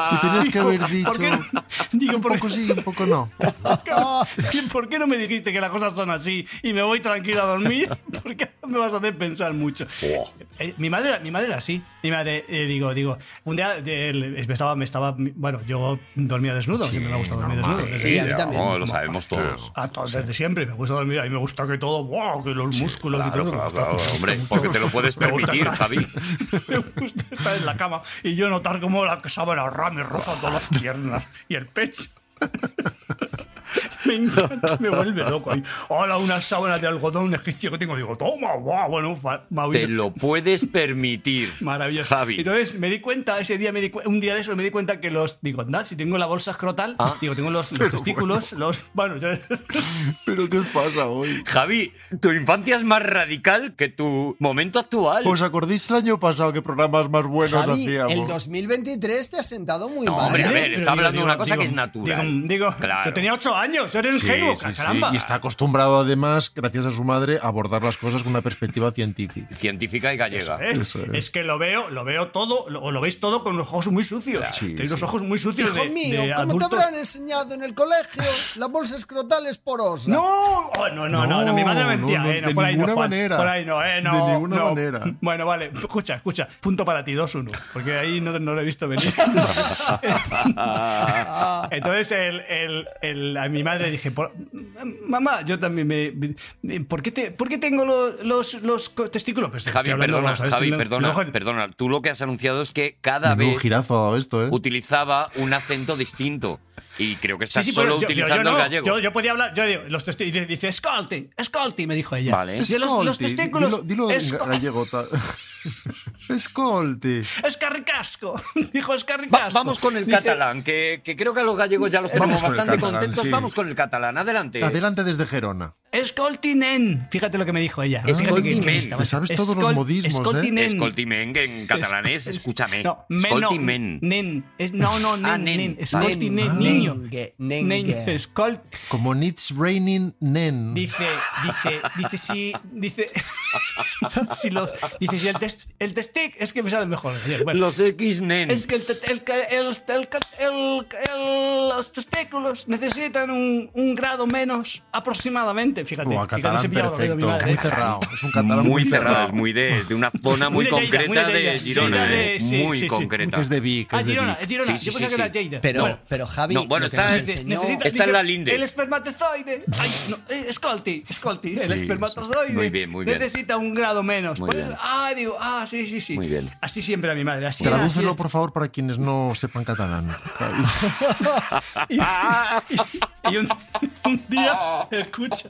C: Tú tenías que haber dicho.
E: ¿Por qué no? *laughs* Digo,
C: Un
E: ¿por
C: poco sí, un poco no.
E: qué- *laughs* ¿por qué no me dijiste que las cosas son así y me voy tranquila a
D: *laughs*
E: dormir? Porque me vas a hacer pensar mucho. Eh, mi madre era, mi madre era así mi madre eh, digo digo un día eh, le- me estaba me estaba bueno yo dormía desnudo siempre me ha gustado dormir desnudo desde
B: Sí,
E: niño.
B: a mí también.
D: No, Oh, lo sabemos todos.
E: A todos, desde siempre me gusta dormir a mí me gusta que todo wow, que los músculos y
D: Claro,
E: todo me
D: claro,
E: gusta-
D: claro, hombre,
E: me gusta
D: porque
E: mucho.
D: te lo puedes
E: Me gusta
D: permitir,
E: estar-
D: Javi.
E: me gusta estar en la cama y yo notar cómo la sábana rame roza todas las piernas y el pecho. Me encanta, me vuelve loco. ahí. Hola, una sábana de algodón egipcio que tengo. Digo, toma, guau, bueno, fa- me ha
D: Te
E: oído.
D: lo puedes permitir.
E: Maravilloso.
D: Javi.
E: Entonces me di cuenta, ese día me di cu- un día de eso me di cuenta que los. Digo, anda, si tengo la bolsa escrotal,
D: Ah.
E: digo, tengo los, los testículos, los. Bueno, yo.
C: ¿Pero qué os pasa hoy?
D: Javi, tu infancia es más radical que tu momento actual.
C: ¿Os
E: Pues,
C: acordáis el año pasado qué programas más buenos
B: Javi, el
C: hacíamos?
B: 2023 te has sentado muy
D: No,
B: mal.
D: *laughs* hombre, a
E: *laughs*
B: ¿eh?
D: ver, está hablando de una cosa que es
E: Digo,
D: natural.
E: digo,
D: Claro.
E: yo tenía ocho años, yo era
C: Sí,
E: ingenuo,
C: sí, sí.
E: caramba.
C: Y está acostumbrado además, gracias a su madre, a abordar las cosas con una perspectiva *laughs* científica.
D: Científica y gallega.
E: ¿Eh?
C: Eso es.
E: Es que lo veo, lo veo todo, lo, o lo veis todo con los ojos muy sucios. Tenéis los ojos muy sucios
B: Hijo
E: de,
B: mío,
E: de
B: ¿cómo
E: adulto.
B: te habrán enseñado en el colegio? La bolsa escrotal es porosa.
E: No, oh, no, no, no, no, mi madre mentía,
C: no,
E: eh, no,
C: de
E: por ahí no,
C: ninguna
E: Juan,
C: manera.
E: por ahí no, eh, no,
C: De ninguna
E: no.
C: manera.
E: Bueno, vale, escucha, escucha, punto para ti, 2-1, porque ahí no, no lo he
C: *laughs*
E: visto venir. Entonces, el, el- el- a mi madre dije, por- mamá, yo también me... ¿Por qué, te, por qué tengo los, los, los co- testículos? Pues te estoy
D: Javi,
E: hablando,
D: perdona,
E: vamos a ver,
D: Javi,
E: estoy-
D: perdona,
E: no,
D: perdona. Tú lo que has anunciado es que cada
C: Un
D: vez
C: girazo ha dado esto, ¿eh?
D: utilizaba un acento distinto. Y creo que
E: Sí,
D: estás
E: sí,
D: solo
E: pero yo- yo-
D: utilizando
E: yo, no.
D: el gallego.
E: Yo, yo podía hablar, yo digo, los testi- y le dice, escolti, escolti, me dijo ella.
D: Vale.
E: Y los, los
C: Escolti,
E: testículos.
C: Dilo, dilo en
E: esco-
C: gallego. ta- *laughs* Escolti.
E: Escarricasco, *laughs* dijo
D: Va-
E: escarricasco.
D: vamos con el
E: Dice,
D: catalán, que, que creo que a los gallegos ya los tenemos
C: Vamos con el
D: bastante
C: catalán,
D: contentos.
C: sí.
D: Vamos con el catalán, adelante.
C: Adelante desde Gerona.
E: Escolti nen. Fíjate lo que me dijo ella.
D: Ah.
E: Fíjate que-
D: Escolti
E: que
D: nen.
E: estaba-
C: Te sabes todos los
E: Escol-
C: modismos, ¿eh?
E: Escolti nen.
D: Escoltimen, en catalán es escúchame.
E: No, men, no,
D: Escoltimen.
E: nen. Es- no, no, nen,
D: Ah, nen.
E: nen. Escolti
B: Nen.
E: nen, niño.
B: Nengue,
E: Nen,
B: nengue.
E: escol-
C: Como It's Raining Nen.
E: Dice, dice, dice si, dice, *laughs* si lo, dice si el test, el testic es que me sale mejor. Bueno,
D: Los X-nen.
E: Es que el, te- el ca- el- el ca- el- el- los testículos necesitan un, un grado menos aproximadamente, fíjate.
C: Buah,
E: fíjate,
C: catalán
E: se pilla lo que digo
C: perfecto.
E: mi madre,
C: Muy
E: ¿eh?
C: cerrado. Es un catalán
D: muy cerrado, muy de, de una zona muy,
E: Muy de Lleida,
D: concreta
E: muy de
D: de,
E: Lleida.
D: Girona.
E: Sí,
D: eh,
E: de- sí,
D: muy
E: sí, sí.
D: concreta.
C: Es de Vic.
E: Ah,
C: es de
E: Girona,
C: Vic.
E: es Girona.
D: Sí, sí,
E: Yo pensaba
D: sí,
E: que era
D: sí.
E: Lleida.
B: Pero,
E: Bueno,
B: pero Javi,
D: No, bueno,
B: lo que
D: está-
B: nos
E: dice,
B: enseñó-
E: necesita-
D: Está en
E: dice,
D: la linde.
E: El espermatozoide. Ay, no, eh, escolti, escolti,
D: Sí,
E: el espermatozoide.
D: muy bien, muy bien.
E: Necesita un grado menos.
D: Muy
E: Pues,
D: bien.
E: ah, digo, ah, sí, sí, sí.
D: Muy bien.
E: Así siempre a mi madre. Así era, así
C: Tradúcelo,
E: es.
C: por favor, para quienes no sepan
E: *laughs*
C: catalán.
E: *laughs* Y un, un día, escucha,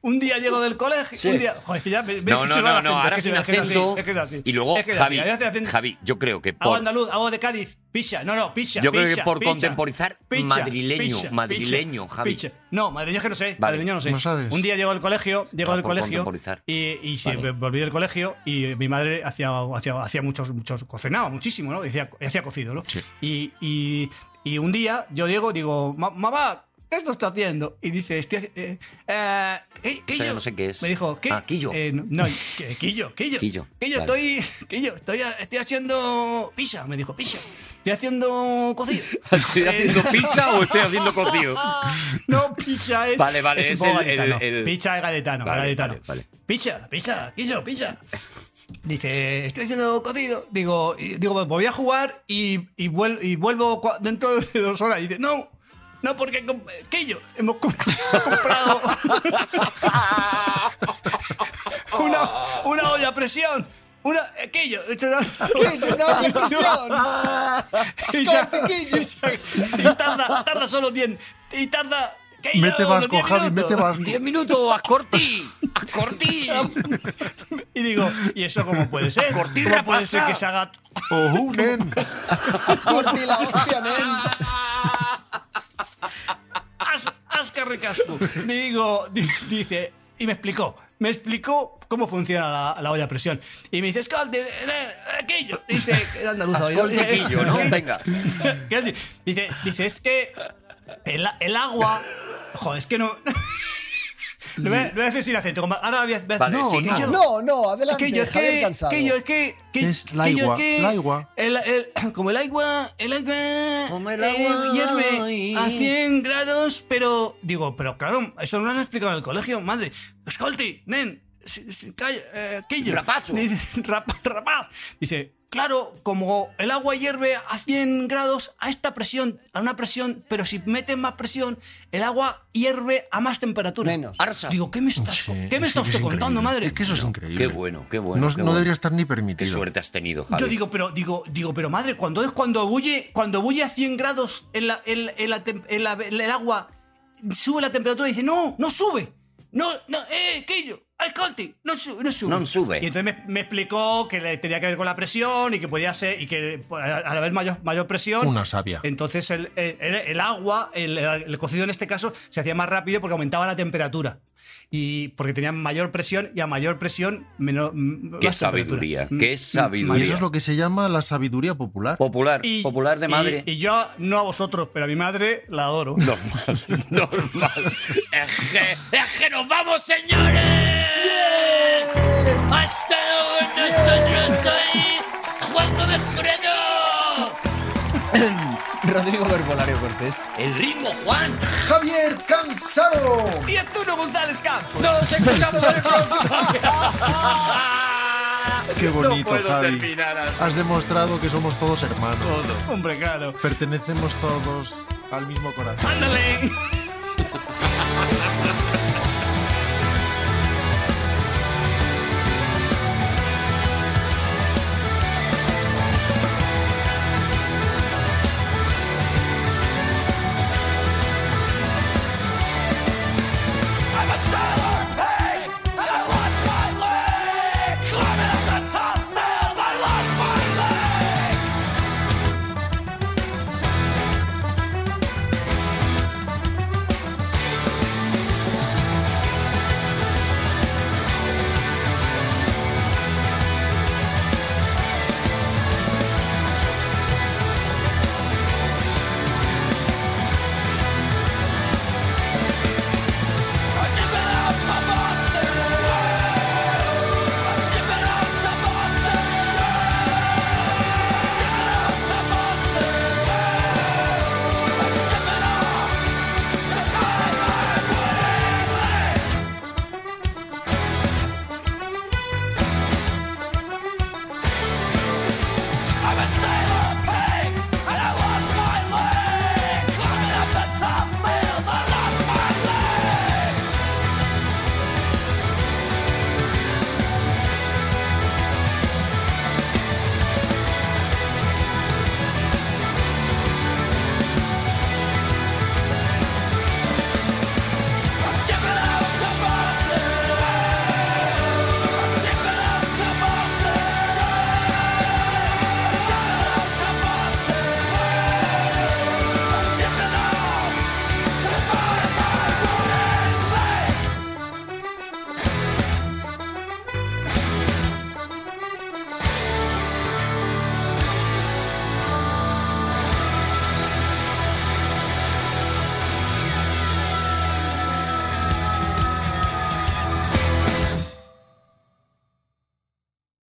E: un día llego del colegio, un día, joder, que ya ve- ve
D: No,
E: que
D: no,
E: se va
D: no,
E: la
D: no,
E: gente,
D: ahora
E: es que
D: sin
E: se va, es que es así,
D: acento.
E: es que es así,
D: Y luego,
E: es que es así,
D: Javi,
E: a veces hacen-
D: Javi, yo creo que
E: Hago
D: por, *laughs*
E: Ah, andaluz, hago de Cádiz, picha, no, no, picha.
D: Yo creo que
E: picha,
D: por
E: picha,
D: contemporizar, madrileño, madrileño, Javi.
E: No, madrileño es que no sé, madrileño no sé.
C: No sabes.
E: Un día llego al colegio, llego
D: Ah,
E: al
D: por
E: colegio
D: contemporizar.
E: y, y sí,
D: Vale.
E: volví del colegio y mi madre hacía, hacía, hacía muchos, muchos, cocinaba muchísimo, ¿no? Y Hacía, y hacía cocido, ¿no? Y, y, y un día yo llego, digo, "Ma- mamá, ¿qué esto está haciendo? Y dice, estoy haci- eh, eh, ¿qué-
D: O sea,
E: quillo?".
D: no sé qué es.
E: Me dijo, ¿qué?
D: Ah, quillo.
E: Eh, no, no, que- quillo, quillo.
D: Quillo,
E: Quillo,
D: vale.
E: estoy estoy, que yo estoy, estoy haciendo pizza, me dijo, pizza. Estoy haciendo cocido.
D: *laughs* ¿Estoy haciendo pizza o estoy haciendo cocido?
E: *laughs* No, pizza es.
D: Vale, vale, es
E: un poco
D: el- el-
E: gaditano.
D: el-
E: Pizza es gadetano,
D: Vale,
E: gadetano.
D: vale, vale.
E: Pizza, pizza, quillo, pizza. Dice, estoy haciendo cocido. Digo, y- digo pues voy a jugar y, y, vuel- y vuelvo cua- dentro de dos horas. Y dice, no. No, porque com- quillo, hemos com- comprado *laughs* una, una olla a presión. Una, eh, quillo, he hecho una, *laughs*
B: ¡Quillo, una olla a presión!
E: Y Ah, ya- *laughs*
B: Cortiquillo.
E: y ya- y tarda, tarda solo 10. Y tarda. que ya
C: Mete
E: unos
C: vasco,
E: 10
C: Javi,
E: minutos.
C: mete vasco.
D: ¡Diez minutos! ¡Ascorti! ¡Ascorti!
E: Y digo, ¿y eso cómo puede ser?
D: Cortir
E: ¿Cómo
D: la
E: puede ser
D: pasa.
E: que se haga.
C: ¡Oh, un
E: *laughs*
C: nen!
B: Corti la hostia, men.
E: as- asca ricasco? Digo, di- dice. y me explicó. Me explicó cómo funciona la, la olla a presión. Y me dice, escolte, eh, aquello. Dice, era andaluz.
D: Ascolte, quillo, ¿no? Venga.
E: Quiero decir, Dice, dice, es que el, el agua. Joder, es que no. *laughs* Lo voy a, lo voy a decir sin acento. como- Ahora voy a. voy a-
D: Vale,
E: no,
D: sí,
E: que
D: no.
E: yo-
B: No, no,
E: es
B: adelante,
E: que yo es
B: Javier
E: que,
B: Cansado.
E: que yo es que, que,
C: Es la
E: que yo
C: igua,
E: es que-
C: la igua.
E: el- el- *clears throat* como el agua, el agua,
B: Como el
E: eh,
B: agua,
E: hierve a
B: y-
E: 100 grados, pero digo, pero claro, eso no lo han explicado en el colegio, madre. Escolti, nen, si- si- calla, eh, que yo-
D: Rapazo.
E: *laughs* Dice, "Rapa- rapaz. Dice, claro, como el agua hierve a 100 grados a esta presión, a una presión, pero si meten más presión, el agua hierve a más temperatura.
B: Menos.
D: Arsa.
E: Digo, ¿qué me estás,
C: Sí,
E: ¿qué me
C: es que
E: estás
C: eso es
E: contando,
C: increíble.
E: madre?
C: Es que eso es increíble.
D: Qué bueno, qué bueno.
C: No,
D: qué
C: no
D: bueno.
C: debería estar ni
D: Qué
C: permitido.
D: suerte has tenido, Javi.
E: Yo digo, pero digo, digo, pero madre, cuando es cuando bulle, cuando bulle a 100 grados en la, en, en la tem- en la- en el agua, sube la temperatura y dice, no, no sube. No, no, eh, que yo, escolte, no, su- no sube.
D: No sube.
E: Y entonces me, me explicó que le tenía que ver con la presión y que podía ser, y que por- al haber mayor, mayor presión.
C: Una sabia.
E: Entonces el, el- el agua, el, el cocido en este caso, se hacía más rápido porque aumentaba la temperatura. Y porque tenían mayor presión y a mayor presión menor. m-
D: Qué
E: más temperatura. Mm.
D: sabiduría, qué sabiduría.
C: Y eso es lo que se llama la sabiduría popular.
D: Popular,
E: Y-
D: popular de
E: y-
D: madre.
E: Y, yo, no a vosotros, pero a mi madre la adoro.
D: Normal, normal. Eje, eje, nos vamos, señores. Ha estado con nosotros hoy Juan Gómez Fredo.
B: Rodrigo Verbolario Cortés.
D: El ritmo, Juan.
G: Javier Cansado.
E: Y Arturo González Campos.
D: Nos escuchamos en el próximo.
C: Qué
D: no
C: bonito,
D: puedo
C: Javi.
D: terminar así.
C: Has demostrado que somos todos hermanos.
E: *laughs* Hombre, claro.
C: Pertenecemos todos al mismo corazón.
E: Ándale.